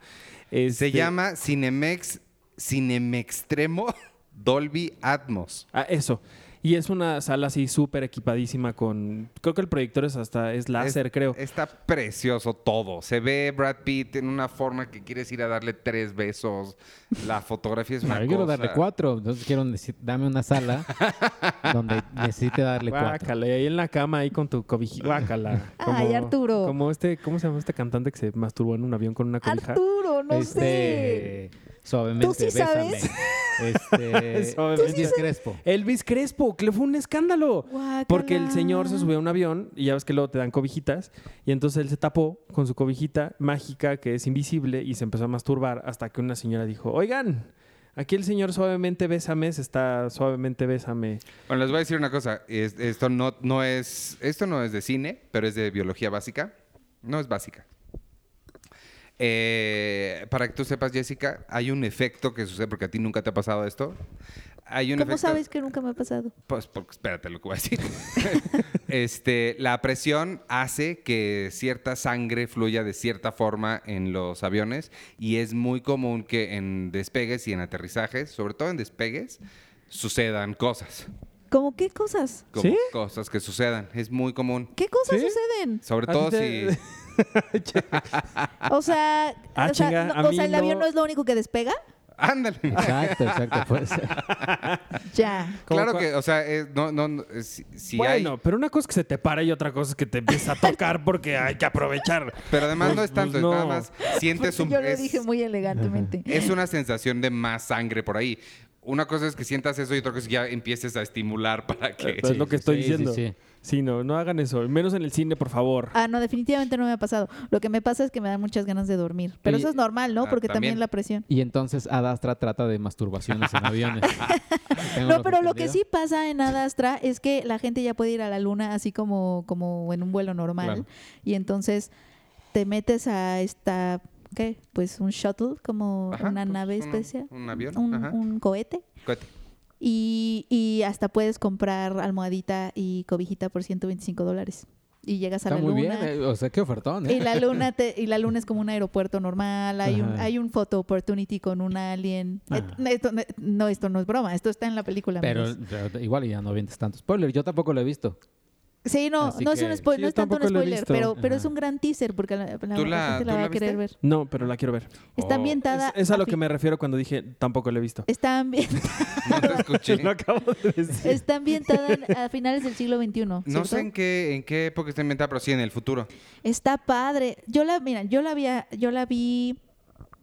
Speaker 1: Se
Speaker 2: este,
Speaker 1: llama Cinemex, Cinemextremo Dolby Atmos.
Speaker 2: Ah, eso. Y es una sala así súper equipadísima con... Creo que el proyector es hasta... Es láser,
Speaker 1: Es-
Speaker 2: creo.
Speaker 1: Está precioso todo. Se ve Brad Pitt en una forma que quieres ir a darle tres besos. La fotografía es
Speaker 4: No,
Speaker 1: una
Speaker 4: yo quiero
Speaker 1: cosa.
Speaker 4: darle cuatro, entonces quiero, neci- dame una sala donde necesite darle cuatro.
Speaker 2: Guácala, y ahí en la cama, ahí con tu cobijita. Guácala.
Speaker 3: Ay, Arturo.
Speaker 2: Como este, ¿cómo se llama este cantante que se masturbó en un avión con una cobija?
Speaker 3: Arturo, no sé.
Speaker 4: Este, Suavemente,
Speaker 3: ¿Tú sí
Speaker 4: bésame.
Speaker 3: sabes?
Speaker 4: Este,
Speaker 2: Suavemente.
Speaker 4: Elvis Crespo.
Speaker 2: Elvis Crespo, que le fue un escándalo.
Speaker 3: Guácala.
Speaker 2: Porque el señor se subió a un avión y ya ves que luego te dan cobijitas. Y entonces él se tapó con su cobijita mágica que es invisible y se empezó a masturbar hasta que una señora dijo, oigan, aquí el señor suavemente bésame, se está suavemente bésame.
Speaker 1: Bueno, les voy a decir una cosa. Es- esto, no, no es, esto no es de cine, pero es de biología básica. No es básica. Eh, para que tú sepas, Jessica, hay un efecto que sucede porque a ti nunca te ha pasado esto. Hay un
Speaker 3: ¿Cómo
Speaker 1: efecto-
Speaker 3: sabes que nunca me ha pasado?
Speaker 1: Pues, porque espérate lo que voy a decir. este, la presión hace que cierta sangre fluya de cierta forma en los aviones y es muy común que en despegues y en aterrizajes, sobre todo en despegues, sucedan cosas.
Speaker 3: ¿Cómo qué cosas?
Speaker 1: Como
Speaker 2: ¿Sí?
Speaker 1: Cosas que sucedan. Es muy común.
Speaker 3: ¿Qué cosas
Speaker 2: ¿Sí?
Speaker 3: suceden?
Speaker 1: Sobre
Speaker 2: ¿A
Speaker 1: todo
Speaker 2: ti te-
Speaker 1: si...
Speaker 3: O sea,
Speaker 2: Ah,
Speaker 3: o sea,
Speaker 2: chinga,
Speaker 3: no-
Speaker 2: a
Speaker 3: o
Speaker 2: mí
Speaker 3: sea, el
Speaker 2: no.
Speaker 3: avión no es lo único que despega.
Speaker 1: Ándale.
Speaker 4: Exacto, exacto. Pues.
Speaker 3: Ya.
Speaker 2: Como
Speaker 1: Claro
Speaker 2: cua-
Speaker 1: que, o sea, es- no, no, no, eh, si, si hay...
Speaker 2: bueno, pero una cosa es que se te para y otra cosa es que te empieza a tocar porque hay que aprovechar.
Speaker 1: Pero además no es
Speaker 2: Pues,
Speaker 1: tanto,
Speaker 2: pues,
Speaker 1: es nada
Speaker 2: no.
Speaker 1: más sientes
Speaker 3: Porque
Speaker 1: un...
Speaker 3: Pues yo lo
Speaker 1: es-
Speaker 3: dije muy elegantemente.
Speaker 1: Es una sensación de más sangre por ahí. una cosa es que sientas eso y otra cosa es que ya empieces a estimular para que...
Speaker 2: es lo que
Speaker 4: sí,
Speaker 2: estoy
Speaker 4: sí, sí,
Speaker 2: diciendo. Sí,
Speaker 4: sí.
Speaker 2: no, no hagan eso. Menos en el cine, por favor.
Speaker 3: Ah, no, definitivamente no me ha pasado. Lo que me pasa es que me dan muchas ganas de dormir. Pero
Speaker 4: Oye,
Speaker 3: eso es normal, ¿no?
Speaker 1: ah,
Speaker 3: Porque también
Speaker 1: también.
Speaker 3: la presión.
Speaker 4: Y entonces Adastra trata de masturbaciones en aviones. Tengo
Speaker 3: No, pero lo que sí
Speaker 4: entendido.
Speaker 3: pasa en Adastra es que la gente ya puede ir a la luna así como, como en un vuelo normal.
Speaker 4: Claro.
Speaker 3: Y entonces te metes a esta, ¿qué? Pues un shuttle, como
Speaker 1: Ajá,
Speaker 3: una
Speaker 1: pues,
Speaker 3: nave
Speaker 1: un-
Speaker 3: especial.
Speaker 1: Un avión.
Speaker 3: Un,
Speaker 1: ajá.
Speaker 3: un cohete.
Speaker 1: Cohete.
Speaker 3: Y, y hasta puedes comprar almohadita y cobijita por 125 dólares. Y llegas a la
Speaker 4: Está muy
Speaker 3: luna.
Speaker 4: bien, eh, o sea, qué ofertón.
Speaker 3: Y
Speaker 4: ¿eh?
Speaker 3: la luna te- y la luna es como un aeropuerto normal, hay un,
Speaker 4: Ajá.
Speaker 3: hay un photo opportunity con un alien.
Speaker 2: Ah.
Speaker 4: Ajá.
Speaker 3: Et- no, Esto, no- no, esto no es broma, esto está en la película.
Speaker 4: Pero,
Speaker 3: amigos.
Speaker 4: pero igual ya no vendes tanto spoiler. Yo tampoco lo he visto.
Speaker 3: sí, no,
Speaker 4: así
Speaker 3: no es un
Speaker 4: que-
Speaker 3: spoiler,
Speaker 2: Sí,
Speaker 3: no es tanto un
Speaker 2: tampoco lo he
Speaker 3: spoiler,
Speaker 2: visto.
Speaker 3: pero, pero es
Speaker 4: Ajá.
Speaker 3: un gran teaser porque la, la-
Speaker 1: ¿Tú
Speaker 3: la
Speaker 1: la-
Speaker 3: gente la
Speaker 1: tú
Speaker 3: va
Speaker 1: la
Speaker 3: a querer ver.
Speaker 2: No, pero la quiero ver.
Speaker 3: Está
Speaker 1: Oh.
Speaker 3: ambientada.
Speaker 2: Es, es a lo
Speaker 3: fi-
Speaker 2: que me refiero cuando dije tampoco lo he visto.
Speaker 3: Está, ambi-
Speaker 1: No te escuché.
Speaker 2: Lo acabo de decir.
Speaker 3: está ambientada en- a finales del siglo XXI.
Speaker 1: No
Speaker 3: ¿cierto?
Speaker 1: sé en qué, en qué época está inventada, pero sí en el futuro.
Speaker 3: Está padre. Yo la, mira, yo la vi, a- yo la vi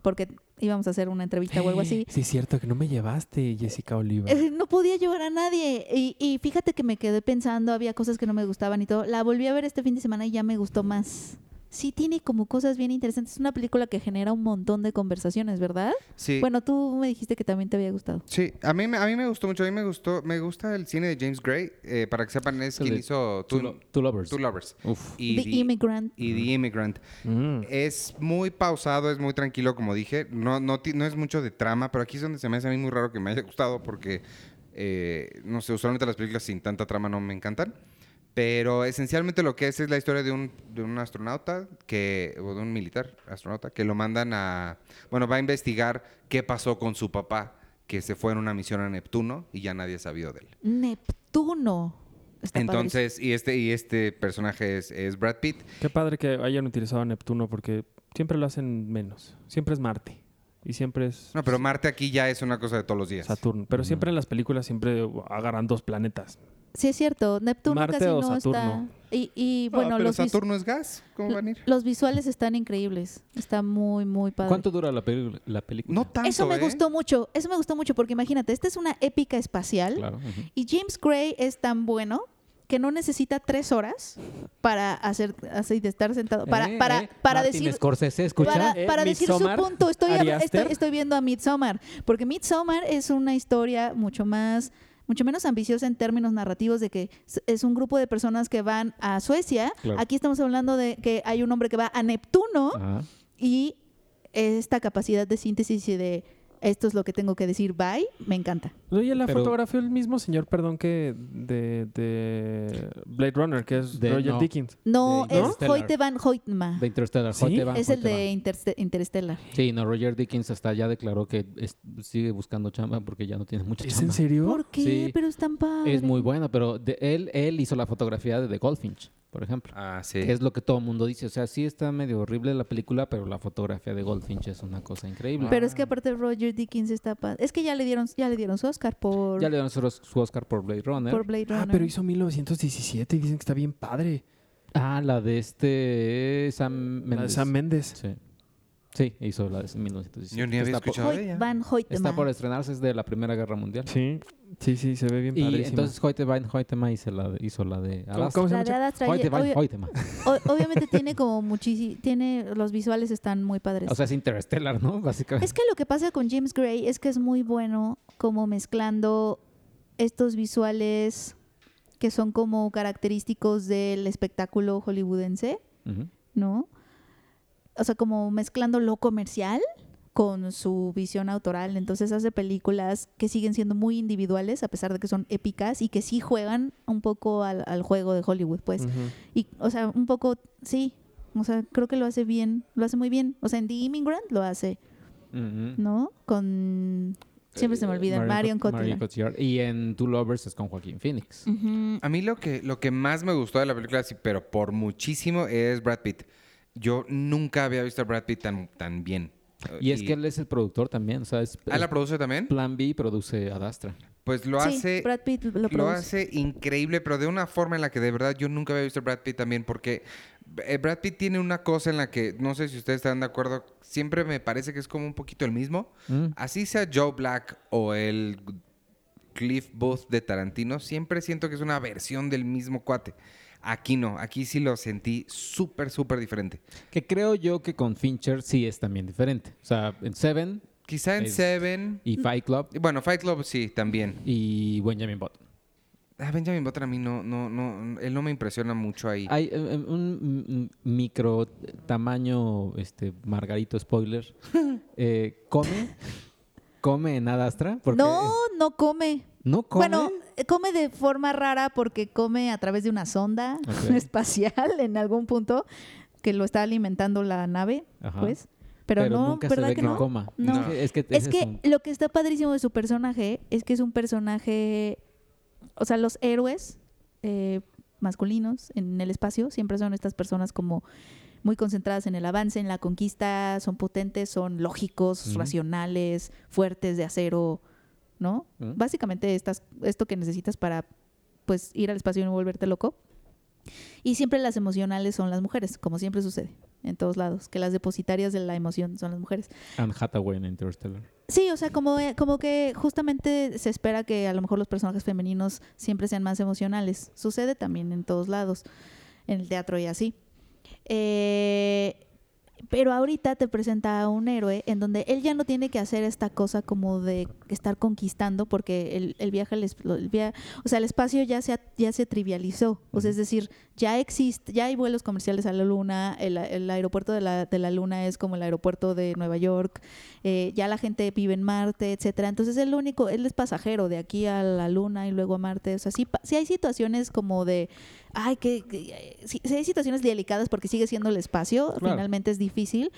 Speaker 3: porque íbamos a hacer una entrevista o algo así.
Speaker 2: Sí, es cierto que no me llevaste, Jessica Oliva.
Speaker 3: Eh, No podía llevar a nadie. Y, y fíjate que me quedé pensando, había cosas que no me gustaban y todo. La volví a ver este fin de semana y ya me gustó más. Sí tiene como cosas bien interesantes. Es una película que genera un montón de conversaciones, ¿verdad?
Speaker 1: Sí.
Speaker 3: Bueno, tú me dijiste que también te había gustado.
Speaker 1: Sí, a mí, me- a mí me gustó mucho. A mí me gustó, me gusta el cine de James Gray. eh, para que sepan, es
Speaker 4: El
Speaker 1: quien
Speaker 4: de
Speaker 1: hizo
Speaker 4: Two,
Speaker 1: Two,
Speaker 4: Lo- Two Lovers.
Speaker 1: Two Lovers.
Speaker 4: Uf. Hmm.
Speaker 1: Y
Speaker 3: The Immigrant.
Speaker 1: y The Immigrant.
Speaker 2: Mm.
Speaker 1: Es muy pausado, es muy tranquilo, como dije. No, no, ti- no es mucho de trama, pero aquí es donde se me hace a mí muy raro que me haya gustado porque, eh, no sé, usualmente las películas sin tanta trama no me encantan. Pero esencialmente lo que es es la historia de un, de un astronauta que, o de un militar astronauta que lo mandan a, bueno, va a investigar qué pasó con su papá, que se fue en una misión a Neptuno y ya nadie ha sabido de él.
Speaker 3: Neptuno. Está padrísimo.
Speaker 1: Entonces, y este, y este personaje es, es Brad Pitt.
Speaker 2: Qué padre que hayan utilizado a Neptuno porque siempre lo hacen menos. Siempre es Marte. Y siempre es
Speaker 1: No, pero Marte aquí ya es una cosa de todos los días.
Speaker 2: Saturno. Pero siempre en las películas siempre agarran dos planetas.
Speaker 3: Sí, es cierto. Neptuno
Speaker 2: Marte
Speaker 3: casi
Speaker 2: o
Speaker 3: no está.
Speaker 2: Saturno.
Speaker 3: Y, y,
Speaker 1: Ah,
Speaker 3: bueno,
Speaker 1: pero
Speaker 3: los, vis-
Speaker 1: Saturno es gas. ¿Cómo van a ir?
Speaker 3: los visuales están increíbles. Está muy, muy padre.
Speaker 4: ¿Cuánto dura la, peli- la película?
Speaker 1: No tanto.
Speaker 3: Eso me
Speaker 1: ¿eh?
Speaker 3: gustó mucho, eso me gustó mucho porque imagínate, esta es una épica espacial
Speaker 4: Claro. ujú.
Speaker 3: y James Gray es tan bueno que no necesita tres horas para hacer así de estar sentado para
Speaker 4: Eh,
Speaker 3: para
Speaker 4: eh,
Speaker 3: para
Speaker 4: Martin
Speaker 3: decir
Speaker 4: Scorsese, escucha.
Speaker 3: para,
Speaker 2: eh,
Speaker 3: para decir su
Speaker 2: Midsommar,
Speaker 3: punto estoy,
Speaker 2: Ari
Speaker 3: estoy-
Speaker 2: Aster.
Speaker 3: estoy viendo a Midsommar porque Midsommar es una historia mucho más mucho menos ambiciosa en términos narrativos de que s- es un grupo de personas que van a Suecia
Speaker 4: Claro. Ah.
Speaker 3: aquí estamos hablando de que hay un hombre que va a Neptuno
Speaker 4: Ajá.
Speaker 3: y esta capacidad de síntesis y de esto es lo que tengo que decir, bye, me encanta.
Speaker 2: Oye, la
Speaker 4: Pero-
Speaker 2: fotografió el mismo señor, perdón, que de, de Blade Runner, que es
Speaker 4: De-
Speaker 2: Roger
Speaker 4: no.
Speaker 2: Dickens.
Speaker 3: No,
Speaker 4: De
Speaker 3: es
Speaker 4: Interstellar.
Speaker 3: Hoyte van Hoytma.
Speaker 4: De Interstellar.
Speaker 2: ¿Sí?
Speaker 4: Hoyte van,
Speaker 3: Es el
Speaker 4: Hoyte
Speaker 3: de
Speaker 4: van.
Speaker 3: Interste- Interstellar.
Speaker 4: Sí, no, Roger Dickens hasta ya declaró que es- sigue buscando chamba porque ya no tiene mucha
Speaker 2: ¿Es en
Speaker 4: chamba.
Speaker 2: serio?
Speaker 3: ¿Por qué?
Speaker 4: Sí.
Speaker 3: Pero es tan padre.
Speaker 4: Es muy buena, pero de él, él hizo la fotografía de The Goldfinch, por ejemplo.
Speaker 1: Ah,
Speaker 4: Que
Speaker 1: sí.
Speaker 4: es lo que todo el mundo dice. O sea, sí está medio horrible la película, pero la fotografía de Goldfinch es una cosa increíble.
Speaker 3: Pero es que aparte Roger Dickens está padre. Es que ya le dieron, ya le dieron su Oscar por,
Speaker 4: ya le dieron su, su Oscar por Blade Runner.
Speaker 3: por Blade Runner.
Speaker 2: Ah, pero hizo 1917 y dicen que está bien padre.
Speaker 4: Ah, la de este eh, Sam Mendes.
Speaker 2: La de Sam Méndez.
Speaker 4: Sí. Sí, hizo la de 1917.
Speaker 1: Yo ni había
Speaker 4: está por,
Speaker 1: escuchado de
Speaker 3: Hoyt
Speaker 1: ella.
Speaker 3: van Hoytma.
Speaker 4: está por estrenarse, es de la Primera Guerra Mundial.
Speaker 2: Sí, sí, sí, se ve bien
Speaker 4: Y
Speaker 2: padrísimo.
Speaker 4: entonces Hoyte Vine Hoytema hizo la de, hizo la de
Speaker 2: ¿Cómo-
Speaker 4: Alaska.
Speaker 2: cómo se
Speaker 3: La
Speaker 2: llama?
Speaker 3: de Ada Traje-
Speaker 4: Hoyte Vine
Speaker 3: obvia-
Speaker 4: Hoytema.
Speaker 3: o- obviamente tiene como muchísimo, tiene, los visuales están muy padres.
Speaker 4: O sea, es Interstellar, ¿no? Básicamente.
Speaker 3: Es que lo que pasa con James Gray es que es muy bueno como mezclando estos visuales que son como característicos del espectáculo hollywoodense,
Speaker 4: Ujú.
Speaker 3: ¿no? O sea, como mezclando lo comercial con su visión autoral. Entonces hace películas que siguen siendo muy individuales, a pesar de que son épicas y que sí juegan un poco al, al juego de Hollywood, pues.
Speaker 2: Ujú.
Speaker 3: Y, o sea, un poco, sí. O sea, creo que lo hace bien, lo hace muy bien. O sea, en The Immigrant lo hace.
Speaker 4: Ujú.
Speaker 3: ¿no? Con. Siempre se me olvidan. Mm. Marion
Speaker 4: Mm-hmm. Cot-
Speaker 3: Cotillard. Mm.
Speaker 4: Cotillard. Y en Two Lovers es con Joaquín Phoenix.
Speaker 3: Ujú.
Speaker 1: A mí lo que, lo que más me gustó de la película, sí, pero por muchísimo, es Brad Pitt. Yo nunca había visto a Brad Pitt tan, tan bien.
Speaker 4: Y es que él es el productor también, o sea, es,
Speaker 1: ¿Ah,
Speaker 4: es
Speaker 1: la produce también?
Speaker 4: Plan B produce Adastra.
Speaker 1: Pues lo
Speaker 3: Sí,
Speaker 1: hace...
Speaker 3: Brad Pitt lo
Speaker 1: Lo
Speaker 3: produce.
Speaker 1: hace increíble, pero de una forma en la que de verdad yo nunca había visto a Brad Pitt también, porque eh, Brad Pitt tiene una cosa en la que, no sé si ustedes están de acuerdo, siempre me parece que es como un poquito el mismo.
Speaker 4: Mm.
Speaker 1: Así sea Joe Black o el Cliff Booth de Tarantino, siempre siento que es una versión del mismo cuate. Aquí no, aquí sí lo sentí súper, súper diferente.
Speaker 4: Que creo yo que con Fincher sí es también diferente. O sea, en Seven
Speaker 1: Quizá en
Speaker 4: Es-
Speaker 1: Seven,
Speaker 3: Mm.
Speaker 4: y Fight Club
Speaker 1: y bueno, Fight Club sí, también.
Speaker 4: y Benjamin Button.
Speaker 1: Ah, Benjamin Button a mí no, no, no, él no me impresiona mucho ahí.
Speaker 4: Hay eh, eh, un mm, mm, micro tamaño, este, Margarito spoiler, eh, come, come en Adastra. Porque
Speaker 3: No, no come.
Speaker 4: no come.
Speaker 3: Bueno, eh, come de forma rara porque come a través de una sonda
Speaker 4: Ok.
Speaker 3: espacial en algún punto que lo está alimentando la nave,
Speaker 4: Ajá.
Speaker 3: pues. Pero, no,
Speaker 4: nunca se
Speaker 3: ¿verdad
Speaker 4: ve
Speaker 3: que
Speaker 4: que
Speaker 3: no?
Speaker 4: coma.
Speaker 3: No.
Speaker 1: No.
Speaker 4: Es que,
Speaker 3: Es
Speaker 4: ese
Speaker 3: que
Speaker 4: un-
Speaker 3: lo que está padrísimo de su personaje es que es un personaje, o sea, los héroes eh, masculinos en el espacio siempre son estas personas como muy concentradas en el avance, en la conquista, son potentes, son lógicos,
Speaker 4: Ujú.
Speaker 3: racionales, fuertes de acero, ¿no?
Speaker 4: Ujú.
Speaker 3: Básicamente estas, esto que necesitas para pues ir al espacio y no volverte loco. Y siempre las emocionales son las mujeres, como siempre sucede en todos lados, que las depositarias de la emoción son las mujeres.
Speaker 4: Anne Hathaway en Interstellar.
Speaker 3: Sí, o sea, como, eh, como que justamente se espera que a lo mejor los personajes femeninos siempre sean más emocionales. Sucede también en todos lados, en el teatro y así. Eh, pero ahorita te presenta a un héroe en donde él ya no tiene que hacer esta cosa como de estar conquistando porque el, el viaje, al es- lo- el via- o sea, el espacio ya se, ha- ya se trivializó. O sea, es decir, ya existe, ya hay vuelos comerciales a la luna, el, el aeropuerto de la, de la luna es como el aeropuerto de Nueva York, eh, ya la gente vive en Marte, etcétera. Entonces él lo único, él es pasajero de aquí a la Luna y luego a Marte. O sea, sí, pa- sí hay situaciones como de, ay, que, que- sí, sí hay situaciones delicadas porque sigue siendo el espacio,
Speaker 4: Claro.
Speaker 3: finalmente es difícil,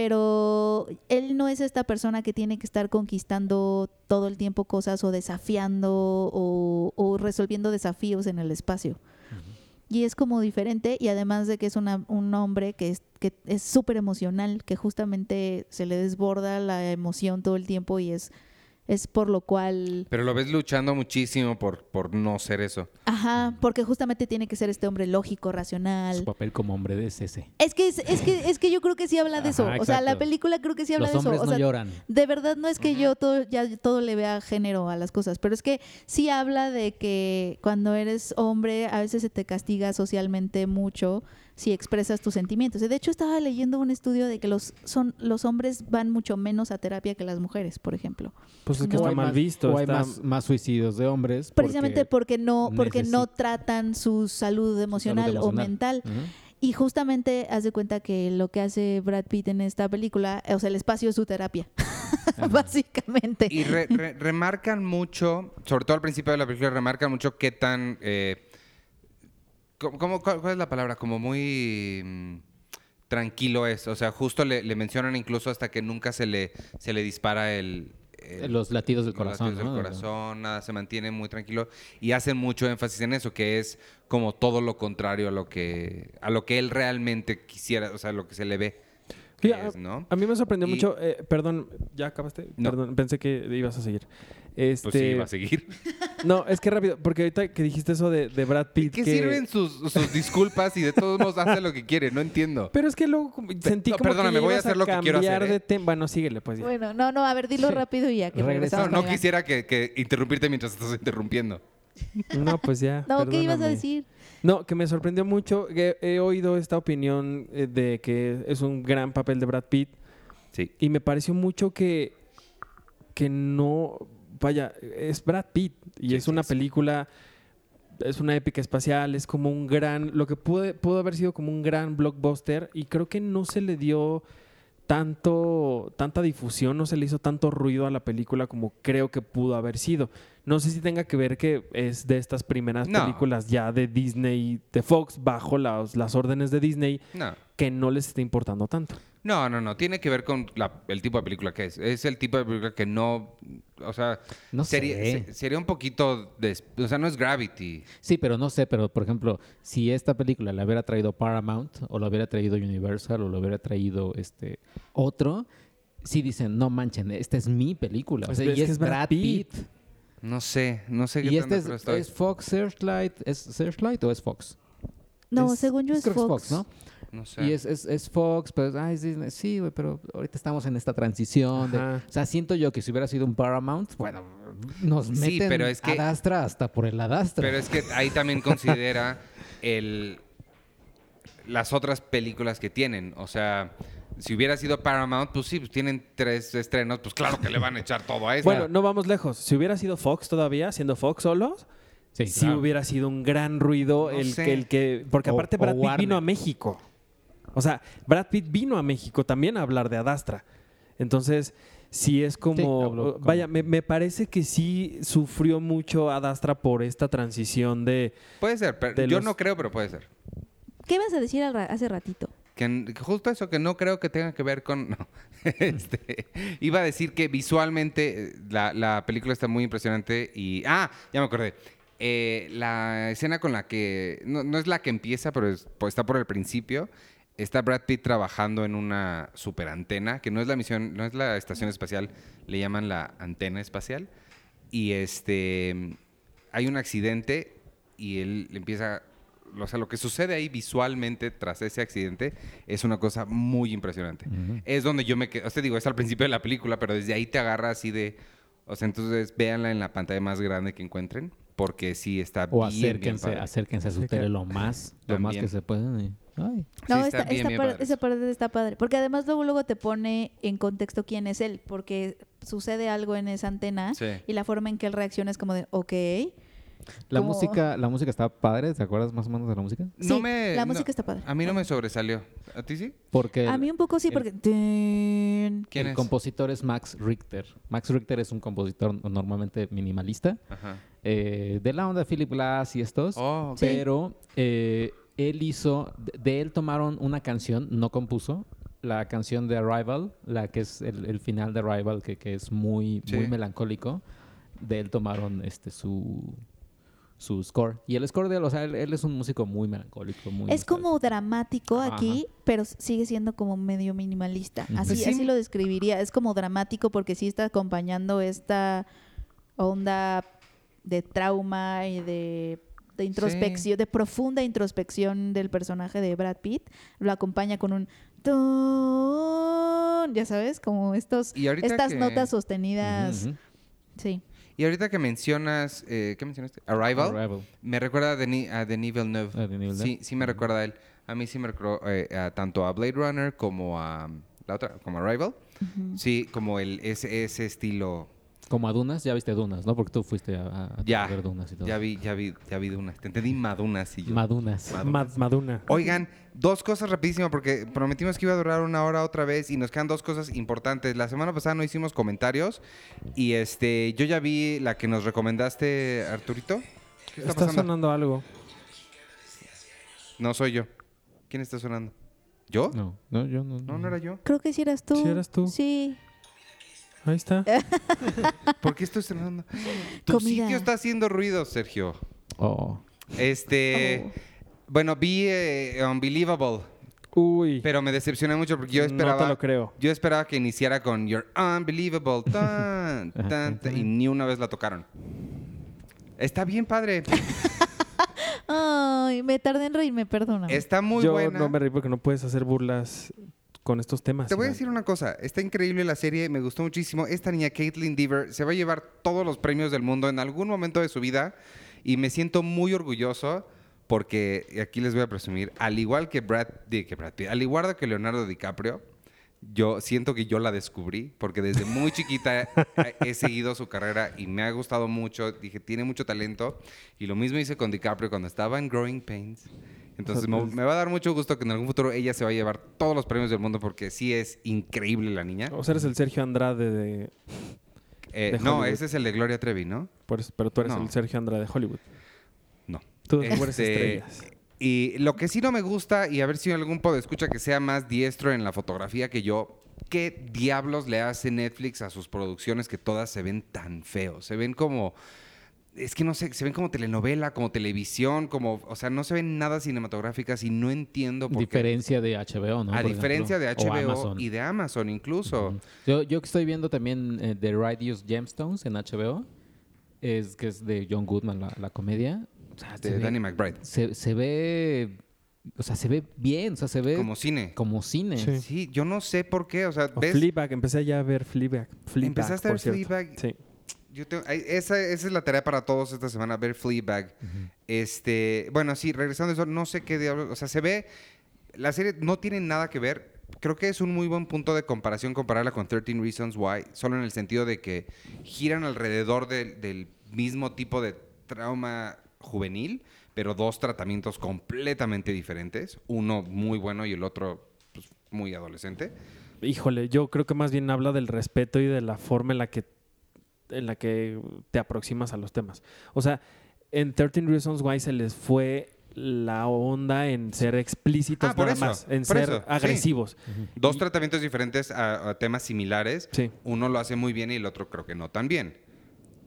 Speaker 3: pero él no es esta persona que tiene que estar conquistando todo el tiempo cosas o desafiando o, o resolviendo desafíos en el espacio. Y es como diferente y además de que es una- un hombre que es que es súper emocional, que justamente se le desborda la emoción todo el tiempo y es es por lo cual,
Speaker 1: Pero lo ves luchando muchísimo por, por no ser eso.
Speaker 3: ajá, porque justamente tiene que ser este hombre lógico,
Speaker 4: Su
Speaker 3: racional.
Speaker 4: papel como hombre es ese.
Speaker 3: Es que es, es que es que yo creo que sí habla de eso.
Speaker 4: Ajá,
Speaker 3: O sea, la
Speaker 4: exacto.
Speaker 3: película creo que sí habla
Speaker 4: Los
Speaker 3: de eso.
Speaker 4: hombres
Speaker 3: O
Speaker 4: no
Speaker 3: sea,
Speaker 4: lloran.
Speaker 3: De verdad no es que yo todo, ya todo le vea género a las cosas, pero es que sí habla de que cuando eres hombre a veces se te castiga socialmente mucho si expresas tus sentimientos. De hecho estaba leyendo un estudio de que los son los hombres van mucho menos a terapia que las mujeres, por ejemplo.
Speaker 2: Pues es que
Speaker 4: O
Speaker 2: está
Speaker 4: hay
Speaker 2: mal
Speaker 4: más-
Speaker 2: visto.
Speaker 4: O hay
Speaker 2: está-
Speaker 4: más, más suicidios de hombres.
Speaker 3: Precisamente porque, no porque no
Speaker 4: necesi-
Speaker 3: tratan su salud emocional, o
Speaker 4: emocional.
Speaker 3: mental.
Speaker 4: Ujú.
Speaker 3: Y justamente haz de cuenta que lo que hace Brad Pitt en esta película, o sea, el espacio es su terapia, básicamente.
Speaker 1: Y re- re- remarcan mucho, sobre todo al principio de la película, remarcan mucho qué tan... eh, ¿cómo- cómo- cuál, cuál es la palabra? Como muy mm, tranquilo es. O sea, justo le, le mencionan incluso hasta que nunca se le, se le dispara el... el-
Speaker 4: Los latidos del
Speaker 1: los
Speaker 4: corazón,
Speaker 1: latidos
Speaker 4: ¿no?
Speaker 1: del corazón, nada, se mantiene muy tranquilo y hacen mucho énfasis en eso, que es como todo lo contrario a lo que a lo que él realmente quisiera, o sea, lo que se le ve, que
Speaker 2: Fíjate,
Speaker 1: es, ¿no?
Speaker 2: A mí me sorprendió
Speaker 1: Y-
Speaker 2: mucho. eh, perdón, ¿ya acabaste?
Speaker 1: No.
Speaker 2: Perdón, pensé que ibas a seguir. Este,
Speaker 1: Pues sí, va a seguir.
Speaker 2: No, es que rápido, porque ahorita que dijiste eso de, de Brad
Speaker 1: ¿De
Speaker 2: Pitt.
Speaker 1: qué
Speaker 2: que-
Speaker 1: sirven sus, sus disculpas y de todos modos hace lo que quiere? No entiendo.
Speaker 2: Pero es que luego como- sentí
Speaker 1: no,
Speaker 2: como
Speaker 1: perdóname,
Speaker 2: que
Speaker 1: voy a
Speaker 2: ibas
Speaker 1: hacer lo que quiero hacer,
Speaker 2: cambiar
Speaker 1: ¿eh?
Speaker 2: de tema. Bueno, síguele, pues. ya.
Speaker 3: Bueno, no, no, a ver, dilo rápido y ya que
Speaker 4: Regresamos.
Speaker 1: No,
Speaker 3: regresamos.
Speaker 1: no
Speaker 3: con Iván.
Speaker 1: quisiera que, que interrumpirte mientras estás interrumpiendo.
Speaker 2: No, pues ya.
Speaker 3: No, ¿qué ibas a
Speaker 2: perdóname.
Speaker 3: decir?
Speaker 2: No, que me sorprendió mucho. que he oído esta opinión eh, de que es un gran papel de Brad Pitt.
Speaker 1: Sí.
Speaker 2: Y me pareció mucho que, que no. Vaya, es Brad Pitt. Y
Speaker 1: Sí,
Speaker 2: es
Speaker 1: sí,
Speaker 2: una
Speaker 1: sí.
Speaker 2: película. Es una épica espacial. Es como un gran. Lo que pude, pudo haber sido como un gran blockbuster. Y creo que no se le dio tanto tanta difusión, no se le hizo tanto ruido a la película como creo que pudo haber sido. No sé si tenga que ver que es de estas primeras
Speaker 1: No.
Speaker 2: películas ya de Disney, de Fox, bajo las, las órdenes de Disney,
Speaker 1: No.
Speaker 2: que no les esté importando tanto.
Speaker 1: No, no, no. Tiene que ver con la- el tipo de película que es. Es el tipo de película que no. O sea,
Speaker 4: No
Speaker 1: sería,
Speaker 4: sé.
Speaker 1: se- sería un poquito. des- o sea, no es Gravity.
Speaker 4: Sí, pero no sé, pero por ejemplo, si esta película la hubiera traído Paramount o la hubiera traído Universal o la hubiera traído este otro, sí dicen, no manchen, esta es mi película. O sea,
Speaker 2: Es
Speaker 4: y
Speaker 2: que
Speaker 4: es,
Speaker 2: es Brad
Speaker 4: Brad Pitt.
Speaker 1: No sé, no sé qué
Speaker 4: Y este
Speaker 1: tan
Speaker 4: es,
Speaker 1: de acuerdo estoy.
Speaker 4: es Fox Searchlight. ¿Es Searchlight o es Fox?
Speaker 3: No, según yo es
Speaker 4: creo que
Speaker 3: Fox.
Speaker 4: ¿no?
Speaker 1: No sé.
Speaker 4: Y es, es, es Fox, pero ah, es Disney. Sí, güey, pero ahorita estamos en esta transición. de-
Speaker 2: Ajá.
Speaker 4: o sea, siento yo que si hubiera sido un Paramount, bueno, nos
Speaker 1: Sí,
Speaker 4: meten
Speaker 1: pero es que-
Speaker 4: Adastra hasta por el Adastra.
Speaker 1: Pero es que ahí también considera el las otras películas que tienen. O sea, si hubiera sido Paramount, pues sí, pues tienen tres estrenos, pues claro que le van a echar todo a eso.
Speaker 2: Bueno, no vamos lejos. Si hubiera sido Fox todavía, siendo Fox solos,
Speaker 4: sí,
Speaker 2: sí
Speaker 4: claro.
Speaker 2: hubiera sido un gran ruido
Speaker 1: No
Speaker 2: el,
Speaker 1: sé.
Speaker 2: que, el que. Porque
Speaker 4: O-
Speaker 2: aparte
Speaker 4: o
Speaker 2: Brad Pitt
Speaker 4: Warner.
Speaker 2: vino a México. O sea, Brad Pitt vino a México también a hablar de Adastra. Entonces, sí es como.
Speaker 4: Sí, habló como-
Speaker 2: vaya, me, me parece que sí sufrió mucho Adastra por esta transición de.
Speaker 1: Puede ser, pero
Speaker 2: de
Speaker 1: yo
Speaker 2: los-
Speaker 1: no creo, pero puede ser.
Speaker 3: ¿Qué ibas a decir al ra- hace ratito?
Speaker 1: Que n- justo eso, que no creo que tenga que ver con... no. Este, iba a decir que visualmente eh, la, la película está muy impresionante y... Ah, ya me acordé. Eh, la escena con la que... No, no es la que empieza, pero es- pues, está por el principio. Está Brad Pitt trabajando en una super antena, que no es la misión, no es la estación espacial, le llaman la antena espacial. Y este hay un accidente y él empieza. O sea, lo que sucede ahí visualmente tras ese accidente es una cosa muy impresionante. Es donde yo me quedo. O sea, digo, es al principio de la película, pero desde ahí te agarra así de. O sea, entonces véanla en la pantalla más grande que encuentren, porque sí está
Speaker 4: O
Speaker 1: bien, bien
Speaker 4: acérquense,
Speaker 1: padre.
Speaker 4: acérquense a su
Speaker 2: Sí, que-
Speaker 4: tele lo más, lo más
Speaker 1: También.
Speaker 4: que se puedan. y- ay.
Speaker 1: Sí,
Speaker 3: No,
Speaker 1: está
Speaker 3: esta-
Speaker 1: bien,
Speaker 3: esta
Speaker 1: bien
Speaker 3: par-
Speaker 1: padre
Speaker 3: esa
Speaker 1: eso.
Speaker 3: parte está padre. Porque además luego, luego te pone en contexto quién es él, porque sucede algo en esa antena
Speaker 1: Sí.
Speaker 3: y la forma en que él reacciona es como de, ok.
Speaker 4: La
Speaker 3: Como-
Speaker 4: música, la música está padre, ¿te acuerdas más o menos de la música?
Speaker 1: No
Speaker 3: Sí,
Speaker 1: me-
Speaker 3: la
Speaker 1: no-
Speaker 3: música está padre. Ah.
Speaker 1: A mí no me sobresalió. ¿A ti sí?
Speaker 4: Porque
Speaker 3: A
Speaker 4: el-
Speaker 3: mí un poco sí,
Speaker 4: el-
Speaker 3: porque... Tin.
Speaker 1: ¿Quién
Speaker 4: el
Speaker 1: es?
Speaker 4: compositor es Max Richter. Max Richter es un compositor normalmente minimalista,
Speaker 1: Ajá.
Speaker 4: eh, de la onda Philip Glass y estos.
Speaker 1: Oh, ok.
Speaker 3: Sí.
Speaker 4: Pero eh, él hizo, de- de él tomaron una canción, no compuso, la canción de Arrival, la que es el, el final de Arrival, que, que es muy,
Speaker 1: Sí.
Speaker 4: muy melancólico. De él tomaron este su su score. Y el score de él, o sea, él, él es un músico muy melancólico, muy
Speaker 3: Es como dramático
Speaker 4: Ajá.
Speaker 3: aquí, pero sigue siendo como medio minimalista.
Speaker 4: Ujú.
Speaker 3: Así,
Speaker 1: Pues sí.
Speaker 3: así lo describiría. Es como dramático porque sí está acompañando esta onda de trauma y de, de introspección, de profunda introspección del personaje de Brad Pitt. Lo acompaña con un ton, ya sabes, como estos
Speaker 1: Y ahorita
Speaker 3: estas
Speaker 1: que-
Speaker 3: notas
Speaker 4: Ujú,
Speaker 3: sostenidas.
Speaker 4: ujú.
Speaker 3: Sí.
Speaker 1: Y ahorita que mencionas, eh, ¿qué mencionaste? Arrival.
Speaker 4: Arrival.
Speaker 1: Me recuerda a Denis, a Denis Villeneuve.
Speaker 4: A Denis Villeneuve.
Speaker 1: Sí, sí me recuerda a él. A mí sí me recuerda tanto a Blade Runner como a um, la otra, como a Arrival. Sí, como el ese, ese estilo.
Speaker 4: Como a Dunas, ya viste Dunas, ¿no? Porque tú fuiste a, a- a
Speaker 1: Ya.
Speaker 4: ver Dunas y todo.
Speaker 1: Ya vi, ya vi, ya vi Dunas. Te entendí Madunas y yo.
Speaker 4: Madunas.
Speaker 2: Mad Madonna.
Speaker 1: Oigan, dos cosas rapidísimo porque prometimos que iba a durar una hora otra vez y nos quedan dos cosas importantes. La semana pasada no hicimos comentarios y este yo ya vi la que nos recomendaste, Arturito. ¿Qué está,
Speaker 2: Está
Speaker 1: pasando?
Speaker 2: sonando algo.
Speaker 1: No soy yo. ¿Quién está sonando? ¿Yo?
Speaker 4: No, no, yo no.
Speaker 1: No, no era yo.
Speaker 3: Creo que sí eras tú.
Speaker 2: Sí eras tú.
Speaker 3: Sí.
Speaker 2: Ahí está.
Speaker 1: ¿Por qué estoy sonando? Tu
Speaker 3: Comida.
Speaker 1: sitio está haciendo ruido, Sergio.
Speaker 4: Oh.
Speaker 2: Oh.
Speaker 1: Este. Bueno, vi eh, Unbelievable,
Speaker 2: Uy.
Speaker 1: pero me decepcioné mucho porque yo
Speaker 2: No
Speaker 1: esperaba.
Speaker 2: te lo creo.
Speaker 1: Yo esperaba que iniciara con You're Unbelievable. tan, tan, tan, y ni una vez la tocaron. Está bien, padre.
Speaker 3: Ay, me tardé en reírme, perdona.
Speaker 1: Está muy
Speaker 2: Yo
Speaker 1: buena.
Speaker 2: no me reí porque no puedes hacer burlas con estos temas.
Speaker 1: Te voy a
Speaker 2: Iván.
Speaker 1: decir una cosa, está increíble la serie, me gustó muchísimo. Esta niña Caitlin Deaver se va a llevar todos los premios del mundo en algún momento de su vida y me siento muy orgulloso porque y aquí les voy a presumir, al igual que Brad, di- que Brad Pitt, al igual que Leonardo DiCaprio, yo siento que yo la descubrí porque desde muy chiquita eh, he seguido su carrera y me ha gustado mucho. Dije, tiene mucho talento y lo mismo hice con DiCaprio cuando estaba en Growing Pains. Entonces me, me va a dar mucho gusto que en algún futuro ella se va a llevar todos los premios del mundo porque sí es increíble la niña.
Speaker 2: O sea, eres el Sergio Andrade de.
Speaker 1: Eh,
Speaker 2: de
Speaker 1: no,
Speaker 2: Hollywood.
Speaker 1: ese es el de Gloria Trevi, ¿no?
Speaker 2: por eso- pero tú eres
Speaker 1: No.
Speaker 2: el Sergio Andrade de Hollywood.
Speaker 1: No.
Speaker 2: Tú eres
Speaker 1: Este,
Speaker 2: estrellas.
Speaker 1: Y lo que sí no me gusta, y a ver si algún podescucha que sea más diestro en la fotografía que yo, ¿qué diablos le hace Netflix a sus producciones que todas se ven tan feo? Se ven como es que no sé, se ven como telenovela, como televisión, como, o sea, no se ven nada cinematográficas y no entiendo por qué.
Speaker 4: diferencia de HBO, ¿no?
Speaker 1: a
Speaker 4: Por
Speaker 1: diferencia
Speaker 4: ejemplo, o
Speaker 1: de HBO
Speaker 4: Amazon.
Speaker 1: y de Amazon incluso.
Speaker 4: Ujú. Yo, yo que estoy viendo también eh, The Righteous Gemstones en HBO, es que es de John Goodman, la, la comedia. O sea, se
Speaker 1: De
Speaker 4: ve-
Speaker 1: Danny McBride.
Speaker 4: se, se ve, o sea, se ve bien, o sea, se ve
Speaker 1: Como
Speaker 4: como,
Speaker 1: cine.
Speaker 2: Sí.
Speaker 4: cine.
Speaker 1: Sí, yo no sé por qué, o sea,
Speaker 2: O
Speaker 1: ves...
Speaker 2: Fleabag, empecé ya a ver Fleabag. Fleabag,
Speaker 1: ¿Empezaste a
Speaker 2: por
Speaker 1: ver
Speaker 2: cierto.
Speaker 1: Fleabag?
Speaker 2: Sí.
Speaker 1: Yo tengo- ay, esa, esa es la tarea para todos esta semana, ver Fleabag. Este, bueno, sí, regresando a eso, no sé qué diablos, o sea, se ve, la serie no tiene nada que ver. Creo que es un muy buen punto de comparación compararla con 13 Reasons Why, solo en el sentido de que giran alrededor del, del mismo tipo de trauma juvenil, pero dos tratamientos completamente diferentes, uno muy bueno y el otro pues, muy adolescente.
Speaker 2: Híjole, yo creo que más bien habla del respeto y de la forma en la que en la que te aproximas a los temas. O sea, en 13 Reasons Why se les fue la onda en ser explícitos
Speaker 1: Ah, por
Speaker 2: nada
Speaker 1: eso,
Speaker 2: más, en
Speaker 1: por
Speaker 2: ser
Speaker 1: eso, sí.
Speaker 2: agresivos.
Speaker 1: Dos tratamientos diferentes a, a temas similares.
Speaker 2: Sí.
Speaker 1: Uno lo hace muy bien y el otro creo que no tan bien.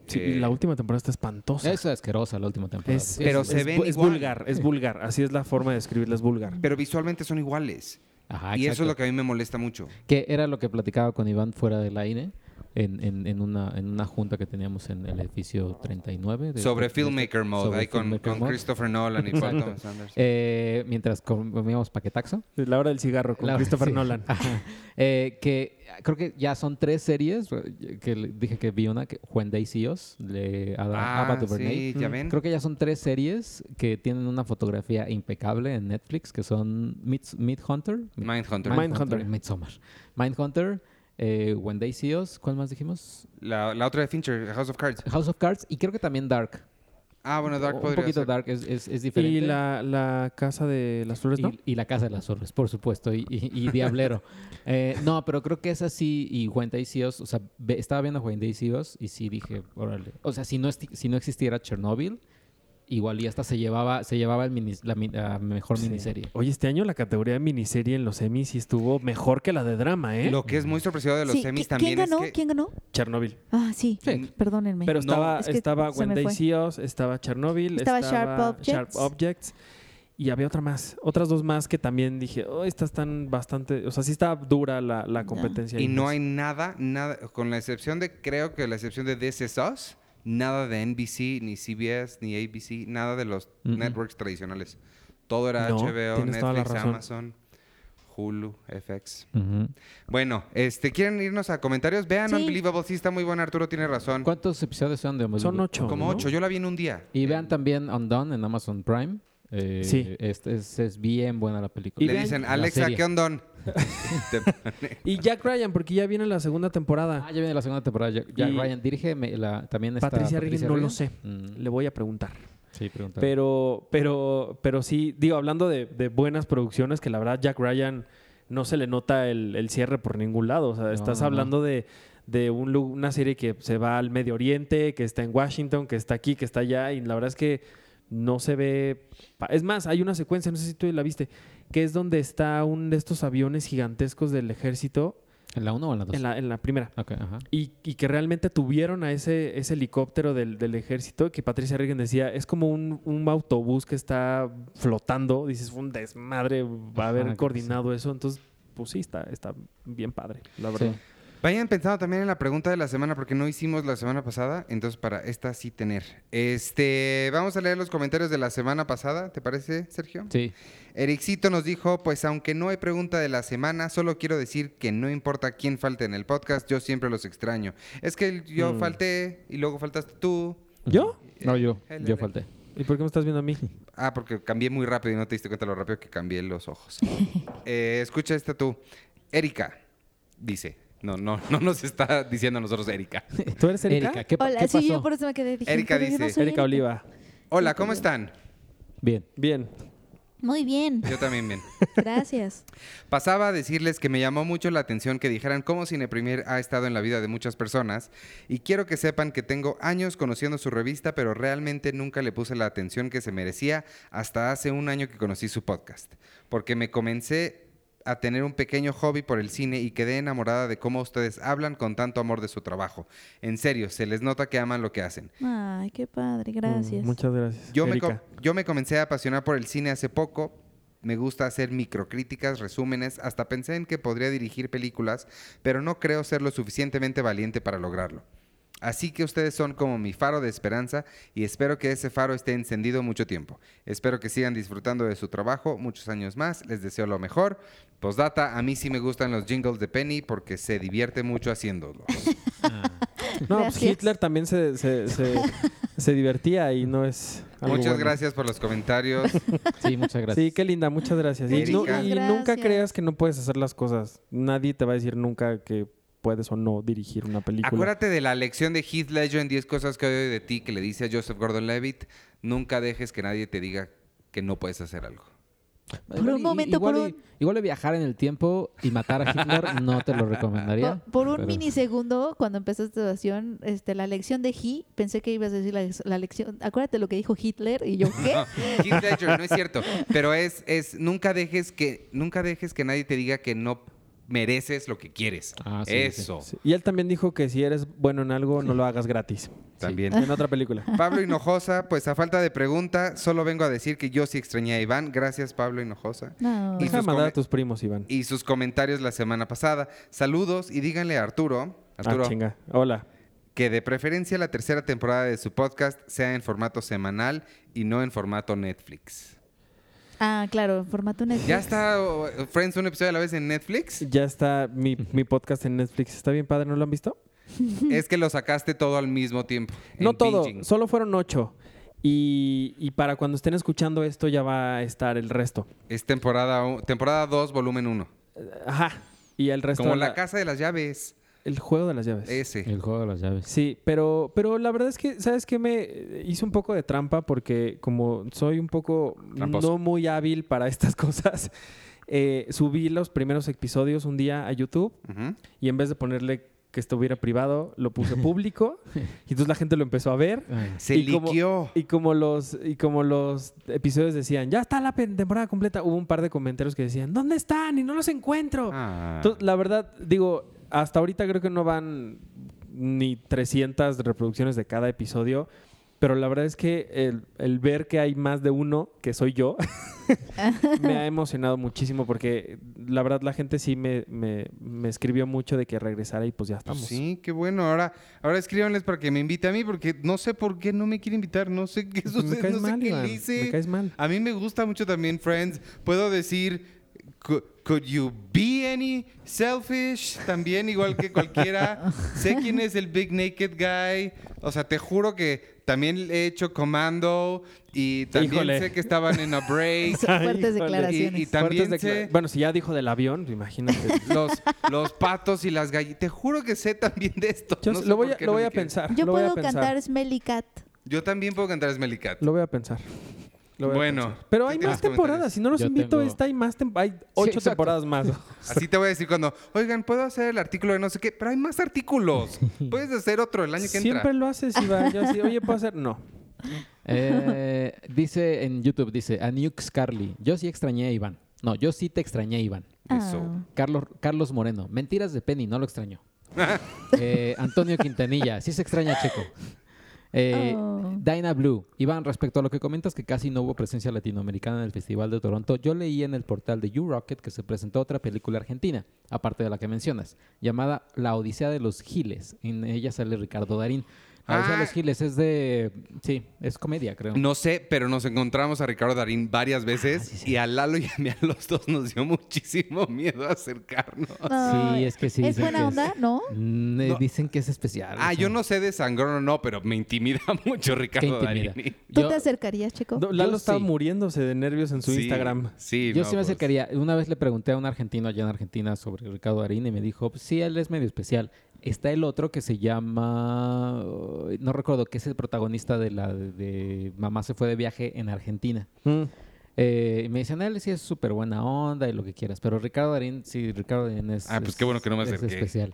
Speaker 2: Sí,
Speaker 1: Eh,
Speaker 2: y la última temporada está espantosa.
Speaker 4: Es asquerosa la última temporada.
Speaker 2: Es,
Speaker 4: Sí,
Speaker 1: Pero
Speaker 2: es-
Speaker 1: se
Speaker 2: es
Speaker 1: ven
Speaker 2: vu- es
Speaker 1: igual.
Speaker 2: vulgar, es vulgar. Así es la forma de escribirla, es vulgar.
Speaker 1: Pero visualmente son iguales.
Speaker 4: Ajá,
Speaker 1: y eso
Speaker 4: Ah, exacto.
Speaker 1: es lo que a mí me molesta mucho.
Speaker 4: Que era lo que platicaba con Iván fuera del aire en, en- en una, en una junta que teníamos en el edificio 39. de-
Speaker 1: sobre
Speaker 4: de- de-
Speaker 1: Filmmaker Mode,
Speaker 4: sobre
Speaker 1: ahí con,
Speaker 4: Filmmaker
Speaker 1: con
Speaker 4: Mode.
Speaker 1: Christopher Nolan y Paul
Speaker 4: Exacto.
Speaker 1: Thomas Anderson.
Speaker 4: Eh, mientras comíamos paquetaxo.
Speaker 2: La hora del cigarro con
Speaker 4: La-
Speaker 2: Christopher
Speaker 4: sí.
Speaker 2: Nolan.
Speaker 4: Ajá. Eh, que eh, creo que ya son tres series eh, que le- dije que vi una que When They See Us de Adam
Speaker 1: ah,
Speaker 4: Ava DuVernay.
Speaker 1: sí, ya
Speaker 2: Mm.
Speaker 1: ven.
Speaker 4: Creo que ya son tres series que tienen una fotografía impecable en Netflix, que son Mid, Hunter,
Speaker 1: Mindhunter.
Speaker 2: Mind- Mindhunter.
Speaker 4: Midsommar, Mindhunter, eh, When They See Us, ¿cuál más dijimos?
Speaker 1: la, la otra de Fincher, House of Cards.
Speaker 4: House of Cards y creo que también Dark.
Speaker 1: Ah, bueno, Dark
Speaker 4: Oh, un
Speaker 1: podría
Speaker 4: poquito
Speaker 1: ser.
Speaker 4: Dark es, es- es diferente.
Speaker 2: y la, la casa de las flores, ¿no?
Speaker 4: Y, y la Casa de las Flores, por supuesto, y, y- y Diablero. Eh, no, pero creo que es así. Y Juan Daisios, o sea, ve- estaba viendo Juan Daisios y sí dije, órale. O sea, si no, esti- si no existiera Chernobyl, igual y hasta se llevaba, se llevaba el mini- la, mi- la mejor
Speaker 2: Sí.
Speaker 4: miniserie.
Speaker 2: Oye, este año la categoría de miniserie en los Emmys sí estuvo mejor que la de drama, ¿eh?
Speaker 1: Lo que es muy sorpresivo de los
Speaker 3: Sí,
Speaker 1: semis
Speaker 3: ¿qui-
Speaker 1: también
Speaker 3: ¿Quién ganó?
Speaker 1: es que...
Speaker 3: ¿Quién ganó?
Speaker 2: Chernobyl.
Speaker 3: Ah, sí.
Speaker 4: Sí.
Speaker 3: Perdónenme.
Speaker 2: Pero
Speaker 1: No.
Speaker 2: estaba,
Speaker 3: Es que
Speaker 2: estaba
Speaker 3: se me
Speaker 2: Wendy
Speaker 3: fue.
Speaker 2: Seals, estaba Chernobyl, estaba,
Speaker 3: Estaba Sharp Objects.
Speaker 2: Sharp Objects, Y había otra más, otras dos más que también dije, oh, estas están bastante, o sea, sí está dura la, la competencia.
Speaker 1: Y
Speaker 2: ahí,
Speaker 1: no
Speaker 2: pues.
Speaker 1: hay nada, nada, con la excepción de, creo que la excepción de This Is Us, nada de NBC, ni CBS, ni ABC, nada de los
Speaker 4: Mm-mm.
Speaker 1: networks tradicionales. Todo era
Speaker 2: No,
Speaker 1: HBO,
Speaker 2: tienes toda la
Speaker 1: Netflix,
Speaker 2: razón.
Speaker 1: Amazon, Hulu, FX. Bueno, este, ¿quieren irnos a comentarios? Vean
Speaker 3: Sí.
Speaker 1: Unbelievable, sí está muy bueno, Arturo tiene razón.
Speaker 4: ¿Cuántos episodios son de
Speaker 2: Son ocho.
Speaker 1: Como
Speaker 2: ¿no?
Speaker 1: ocho, yo la vi en un día.
Speaker 4: Y vean también Undone en Amazon Prime. Eh,
Speaker 2: Sí.
Speaker 4: Es, es- es bien buena la película.
Speaker 2: Y
Speaker 1: Le
Speaker 2: vean
Speaker 1: dicen,
Speaker 4: la
Speaker 1: Alexa,
Speaker 4: serie.
Speaker 1: ¿qué ondón? Te pone-
Speaker 2: Y Jack Ryan, porque ya viene la segunda temporada.
Speaker 4: Ah, ya viene la segunda temporada. Ya, ya
Speaker 2: Y-
Speaker 4: Ryan dirige me- la- también está
Speaker 2: Patricia Arregui no lo sé.
Speaker 4: Mm,
Speaker 2: Le voy a preguntar.
Speaker 4: sí, pregunta.
Speaker 2: Pero, pero, pero sí, digo, hablando de, de buenas producciones, que la verdad Jack Ryan no se le nota el, el cierre por ningún lado. O sea,
Speaker 4: No,
Speaker 2: estás
Speaker 4: no, no.
Speaker 2: hablando de, de un lu- una serie que se va al Medio Oriente, que está en Washington, que está aquí, que está allá, y la verdad es que no se ve. pa- Es más, hay una secuencia, no sé si tú la viste, que es donde está un de estos aviones gigantescos del ejército
Speaker 4: ¿En la 1 o en la 2?
Speaker 2: en la, en la primera.
Speaker 4: Ok, ajá.
Speaker 2: Y, y que realmente tuvieron a ese, ese helicóptero del, del ejército, que Patricia Reagan decía, es como un, un autobús que está flotando, dices, fue un desmadre va a
Speaker 4: Ajá,
Speaker 2: haber
Speaker 4: creo que
Speaker 2: coordinado eso, entonces, pues sí, está, está bien padre, la
Speaker 4: Sí.
Speaker 2: verdad.
Speaker 1: Vayan pensando también en la pregunta de la semana, porque no hicimos la semana pasada, entonces para esta sí tener. Este, vamos a leer los comentarios de la semana pasada, ¿te parece, Sergio?
Speaker 4: Sí.
Speaker 1: Ericito nos dijo, pues aunque no hay pregunta de la semana, solo quiero decir que no importa quién falte en el podcast, yo siempre los extraño. Es que yo
Speaker 2: Mm.
Speaker 1: falté y luego faltaste tú.
Speaker 2: ¿Yo?
Speaker 4: No, yo.
Speaker 1: Él,
Speaker 4: Yo
Speaker 1: él.
Speaker 4: falté.
Speaker 2: ¿Y por qué me estás viendo a mí?
Speaker 1: Ah, porque cambié muy rápido y no te diste cuenta lo rápido que cambié los ojos. Eh, escucha esta tú. Erika dice. No, no, no nos está diciendo a nosotros Erika.
Speaker 2: ¿Tú eres Erika?
Speaker 4: ¿qué, pa-
Speaker 3: Hola,
Speaker 4: qué
Speaker 3: sí,
Speaker 4: pasó?
Speaker 3: yo por eso me quedé. dije,
Speaker 1: Erika
Speaker 3: pero yo no
Speaker 1: dice-
Speaker 2: Erika
Speaker 3: soy
Speaker 2: Oliva.
Speaker 1: Hola, ¿cómo están?
Speaker 4: Bien.
Speaker 2: Bien.
Speaker 3: Muy bien,
Speaker 1: Yo también bien.
Speaker 3: gracias.
Speaker 1: Pasaba a decirles que me llamó mucho la atención que dijeran cómo Cine Premier ha estado en la vida de muchas personas y quiero que sepan que tengo años conociendo su revista, pero realmente nunca le puse la atención que se merecía hasta hace un año que conocí su podcast, porque me comencé a tener un pequeño hobby por el cine y quedé enamorada de cómo ustedes hablan con tanto amor de su trabajo. En serio, se les nota que aman lo que hacen.
Speaker 3: Ay, qué padre, gracias.
Speaker 2: Mm, muchas gracias.
Speaker 1: Yo me,
Speaker 2: Erika.
Speaker 1: com- yo me comencé a apasionar por el cine hace poco. Me gusta hacer microcríticas, resúmenes, hasta pensé en que podría dirigir películas, pero no creo ser lo suficientemente valiente para lograrlo. Así que ustedes son como mi faro de esperanza y espero que ese faro esté encendido mucho tiempo. Espero que sigan disfrutando de su trabajo muchos años más. Les deseo lo mejor. Postdata, a mí sí me gustan los jingles de Penny porque se divierte mucho haciéndolos.
Speaker 2: No, pues
Speaker 3: Gracias.
Speaker 2: Hitler también se, se- se- se divertía y no es. algo
Speaker 1: Muchas
Speaker 2: bueno.
Speaker 1: gracias por los comentarios.
Speaker 4: Sí, muchas gracias.
Speaker 2: Sí, qué linda, muchas gracias. Y,
Speaker 1: Erika.
Speaker 2: nu-
Speaker 1: Muchas
Speaker 2: y nunca
Speaker 3: gracias.
Speaker 2: creas que no puedes hacer las cosas. Nadie te va a decir nunca que puedes o no dirigir una película.
Speaker 1: Acuérdate de la lección de Heath Ledger en 10 cosas que odio de ti que le dice a Joseph Gordon-Levitt, nunca dejes que nadie te diga que no puedes hacer algo.
Speaker 4: Igual
Speaker 3: Por un
Speaker 4: y-
Speaker 3: momento,
Speaker 4: igual,
Speaker 3: por
Speaker 4: y-
Speaker 3: un-
Speaker 4: igual y viajar en el tiempo y matar a Hitler no te lo recomendaría.
Speaker 3: Por, por un
Speaker 4: pero-
Speaker 3: minisegundo, cuando empezó esta oración, este, la lección de He, pensé que ibas a decir la, la lección. Acuérdate lo que dijo Hitler y yo, ¿qué?
Speaker 1: No, Heath Ledger, no es cierto. Pero es, es nunca dejes que, nunca dejes que nadie te diga que no mereces lo que quieres.
Speaker 4: Ah, sí, sí.
Speaker 1: Eso.
Speaker 2: Sí. Y él también dijo que si eres bueno en algo, no lo hagas gratis.
Speaker 1: También.
Speaker 2: En otra película.
Speaker 1: Pablo Hinojosa, pues a falta de pregunta, solo vengo a decir que yo sí extrañé a Iván. Gracias, Pablo Hinojosa.
Speaker 3: No.
Speaker 1: Y
Speaker 2: Deja de
Speaker 1: sus
Speaker 2: mandar a
Speaker 1: come-
Speaker 2: tus primos, Iván.
Speaker 1: Y sus comentarios la semana pasada. Saludos y díganle a Arturo. Arturo,
Speaker 2: Ah, chinga. Hola.
Speaker 1: Que de preferencia la tercera temporada de su podcast sea en formato semanal y no en formato Netflix.
Speaker 3: Ah, claro, formato Netflix.
Speaker 1: ¿Ya está o- o Friends un episodio a la vez en Netflix?
Speaker 2: Ya está mi, mi podcast en Netflix. Está bien padre, ¿no lo han visto?
Speaker 1: es que lo sacaste todo al mismo tiempo. en
Speaker 2: No todo,
Speaker 1: binging.
Speaker 2: solo fueron ocho. Y, y para cuando estén escuchando esto ya va a estar el resto.
Speaker 1: Es temporada u- temporada 2, volumen 1.
Speaker 2: Ajá. Y el resto...
Speaker 1: Como
Speaker 2: de
Speaker 1: la casa de las llaves.
Speaker 2: El juego de las llaves.
Speaker 1: Ese.
Speaker 4: El juego de las llaves.
Speaker 2: Sí, pero, pero la verdad es que, ¿sabes qué? Me eh, hice un poco de trampa porque como soy un poco
Speaker 1: Tramposo.
Speaker 2: no muy hábil para estas cosas, eh, subí los primeros episodios un día a YouTube
Speaker 1: Ujú.
Speaker 2: y en vez de ponerle que estuviera privado, lo puse público y entonces la gente lo empezó a ver.
Speaker 4: Ay,
Speaker 1: Se
Speaker 2: Y como-
Speaker 1: liqueó.
Speaker 2: Y como los y como los episodios decían, ya está la pen- temporada completa, hubo un par de comentarios que decían, ¿dónde están? Y no los encuentro.
Speaker 1: Ah.
Speaker 2: Entonces, la verdad, digo, hasta ahorita creo que no van ni 300 reproducciones de cada episodio, pero la verdad es que el, el ver que hay más de uno, que soy yo, me ha emocionado muchísimo porque la verdad la gente sí me, me- me escribió mucho de que regresara y pues ya
Speaker 1: Pues
Speaker 2: estamos.
Speaker 1: sí, qué bueno. Ahora, ahora escríbanles para que me invite a mí, porque no sé por qué no me quiere invitar. No sé qué
Speaker 2: Pues me
Speaker 1: sucede.
Speaker 2: caes
Speaker 1: No sé
Speaker 2: mal,
Speaker 1: qué
Speaker 2: Iván,
Speaker 1: le hice.
Speaker 2: me caes mal.
Speaker 1: A mí me gusta mucho también Friends. Puedo decir, "Cou- could you be any selfish? También igual que cualquiera. sé quién es el big naked guy. O sea, te juro que también he hecho Commando y también
Speaker 2: Híjole.
Speaker 1: sé que estaban en a break.
Speaker 3: Fuertes
Speaker 2: Híjole.
Speaker 3: declaraciones.
Speaker 1: Y- y también
Speaker 2: Fuertes decla-
Speaker 1: sé-
Speaker 2: Bueno, si ya dijo del avión, imagínate.
Speaker 1: Los, los patos y las gallinas. Te juro que sé también de esto.
Speaker 2: Yo
Speaker 1: No sé
Speaker 2: lo
Speaker 1: por
Speaker 2: voy a,
Speaker 1: qué
Speaker 2: lo
Speaker 1: no
Speaker 2: voy
Speaker 1: me
Speaker 2: a
Speaker 1: quiere.
Speaker 2: pensar.
Speaker 3: Yo
Speaker 2: lo voy a
Speaker 3: puedo
Speaker 2: pensar.
Speaker 3: cantar Smelly Cat.
Speaker 1: Yo también puedo cantar Smellycat.
Speaker 2: Lo voy a pensar. Lo voy a
Speaker 1: Bueno,
Speaker 2: pensar. Pero
Speaker 1: ¿qué
Speaker 2: hay
Speaker 1: tienes
Speaker 2: más temporadas.
Speaker 1: comentarios?
Speaker 2: Si no los
Speaker 4: Yo
Speaker 2: invito,
Speaker 4: tengo-
Speaker 2: esta hay más tem- Hay ocho
Speaker 4: exacto.
Speaker 2: temporadas más.
Speaker 1: Así te voy a decir cuando, oigan, puedo hacer el artículo de no sé qué, pero hay más artículos. Puedes hacer otro el año que entra.
Speaker 2: Siempre lo haces, Iván. Yo así, oye, ¿puedo hacer? No.
Speaker 4: Eh, dice en YouTube, dice, a Nukes Carly, yo sí extrañé a Iván. No, yo sí te extrañé, Iván.
Speaker 3: Ah.
Speaker 1: Eso.
Speaker 4: Carlos, Carlos Moreno, mentiras de Penny, no lo extrañó. Eh, Antonio Quintanilla, sí se extraña a Checo. Eh,
Speaker 3: Oh.
Speaker 4: Dina Blue, Iván, respecto a lo que comentas que casi no hubo presencia latinoamericana en el Festival de Toronto, yo leí en el portal de U-Rocket que se presentó otra película argentina, aparte de la que mencionas, llamada La Odisea de los Giles. En ella sale Ricardo Darín. La
Speaker 1: Ah.
Speaker 4: Odisea de los Giles es de... Sí, es comedia, creo.
Speaker 1: No sé, pero nos encontramos a Ricardo Darín
Speaker 4: Ah,
Speaker 1: varias veces y a Lalo y a mí a los dos nos dio muchísimo miedo acercarnos.
Speaker 3: No,
Speaker 4: es que sí,
Speaker 3: Es
Speaker 4: dicen que
Speaker 3: buena
Speaker 4: es-
Speaker 3: onda, ¿no?
Speaker 4: Mm, eh, Dicen que es especial.
Speaker 1: Ah,
Speaker 4: o sea,
Speaker 1: yo no sé de sangrón o no, pero me intimida mucho
Speaker 4: qué
Speaker 1: Ricardo
Speaker 4: intimida.
Speaker 1: Darín.
Speaker 3: ¿Tú
Speaker 4: Yo-
Speaker 3: te acercarías, chico?
Speaker 2: No, Lalo
Speaker 4: Yo
Speaker 2: estaba
Speaker 4: sí.
Speaker 2: muriéndose de nervios en su
Speaker 1: Sí,
Speaker 2: Instagram.
Speaker 1: Sí,
Speaker 4: Yo
Speaker 1: no,
Speaker 4: sí me
Speaker 1: pues.
Speaker 4: acercaría. Una vez le pregunté a un argentino allá en Argentina sobre Ricardo Darín y me dijo, "Pues sí, él es medio especial. Está el otro que se llama, uh, no recuerdo, que es el protagonista de la de, de Mamá se fue de viaje en Argentina.
Speaker 2: Mm.
Speaker 4: Eh, y me dicen, él sí es súper buena onda y lo que quieras, pero Ricardo Darín, sí, Ricardo Darín es...
Speaker 1: Ah, pues
Speaker 4: es-
Speaker 1: qué bueno que no me
Speaker 4: es
Speaker 1: acerqué.
Speaker 4: especial.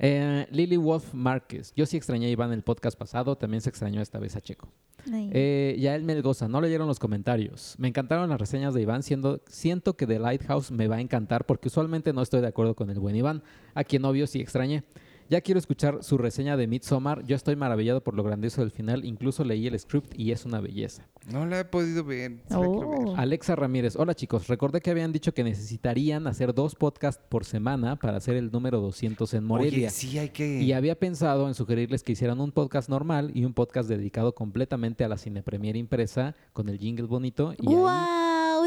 Speaker 4: Eh, Lily Wolf Márquez. Yo sí extrañé a Iván el podcast pasado, también se extrañó esta vez a Checo.
Speaker 3: Ay.
Speaker 4: Eh, Yael Melgoza, no leyeron los comentarios. Me encantaron las reseñas de Iván, siendo, siento que The Lighthouse me va a encantar porque usualmente no estoy de acuerdo con el buen Iván, a quien obvio sí extrañé. Ya quiero escuchar su reseña de Midsommar, yo estoy maravillado por lo grandioso del final, incluso leí el script y es una belleza.
Speaker 1: No la he podido ver. sí la quiero ver.
Speaker 3: Oh.
Speaker 4: Alexa Ramírez, hola chicos, recordé que habían dicho que necesitarían hacer dos podcasts por semana para hacer el número 200 en Morelia.
Speaker 1: Oye, sí, hay que.
Speaker 4: Y había pensado en sugerirles que hicieran un podcast normal y un podcast dedicado completamente a la cinepremiera impresa con el jingle bonito y ahí,
Speaker 3: ¡Wow!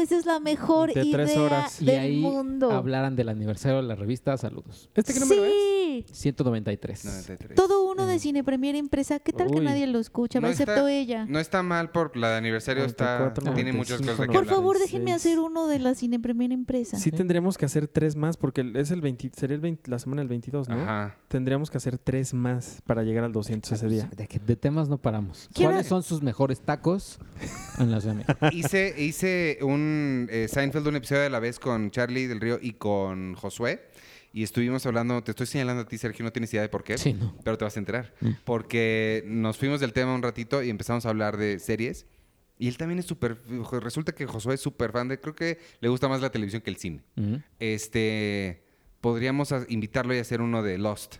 Speaker 3: Esa es la mejor
Speaker 2: De tres
Speaker 3: idea
Speaker 2: horas.
Speaker 4: y
Speaker 3: del
Speaker 4: ahí
Speaker 3: mundo.
Speaker 4: hablaran del aniversario de la revista. Saludos.
Speaker 2: ¿Este qué número es? Mm.
Speaker 3: sí.
Speaker 4: 193.
Speaker 1: 93.
Speaker 3: Todo uno de cine premier impresa. ¿Qué tal que
Speaker 2: Uy.
Speaker 3: nadie lo escucha?
Speaker 1: No
Speaker 3: excepto
Speaker 1: está-
Speaker 3: ella.
Speaker 1: No está mal por la de aniversario, está,
Speaker 2: 94,
Speaker 1: tiene muchas cosas de
Speaker 2: 95,
Speaker 1: que
Speaker 3: Por
Speaker 1: hablar.
Speaker 3: favor, déjenme
Speaker 2: 96.
Speaker 3: hacer uno de la cine premier impresa.
Speaker 2: Sí, tendríamos que hacer tres más porque el- es el 20, sería el 20 la semana del 22, ¿no?
Speaker 1: Ajá.
Speaker 2: Tendríamos que hacer tres más para llegar al 200 ese día.
Speaker 4: De, que- de temas no paramos.
Speaker 3: Quiero-
Speaker 4: ¿Cuáles son sus mejores tacos en la Ciudad de México?
Speaker 1: Hice, hice un eh, Seinfeld un episodio de la vez con Charlie del Río y con Josué. Y estuvimos hablando, te estoy señalando a ti, Sergio, no tienes idea de por qué.
Speaker 4: Sí, Mm. no.
Speaker 1: Pero te vas a enterar. Porque nos fuimos del tema un ratito y empezamos a hablar de series. Y él también es súper. Resulta que Josué es súper fan de. Creo que le gusta más la televisión que el cine.
Speaker 4: Mm.
Speaker 1: Este. Podríamos a- invitarlo y hacer uno de Lost.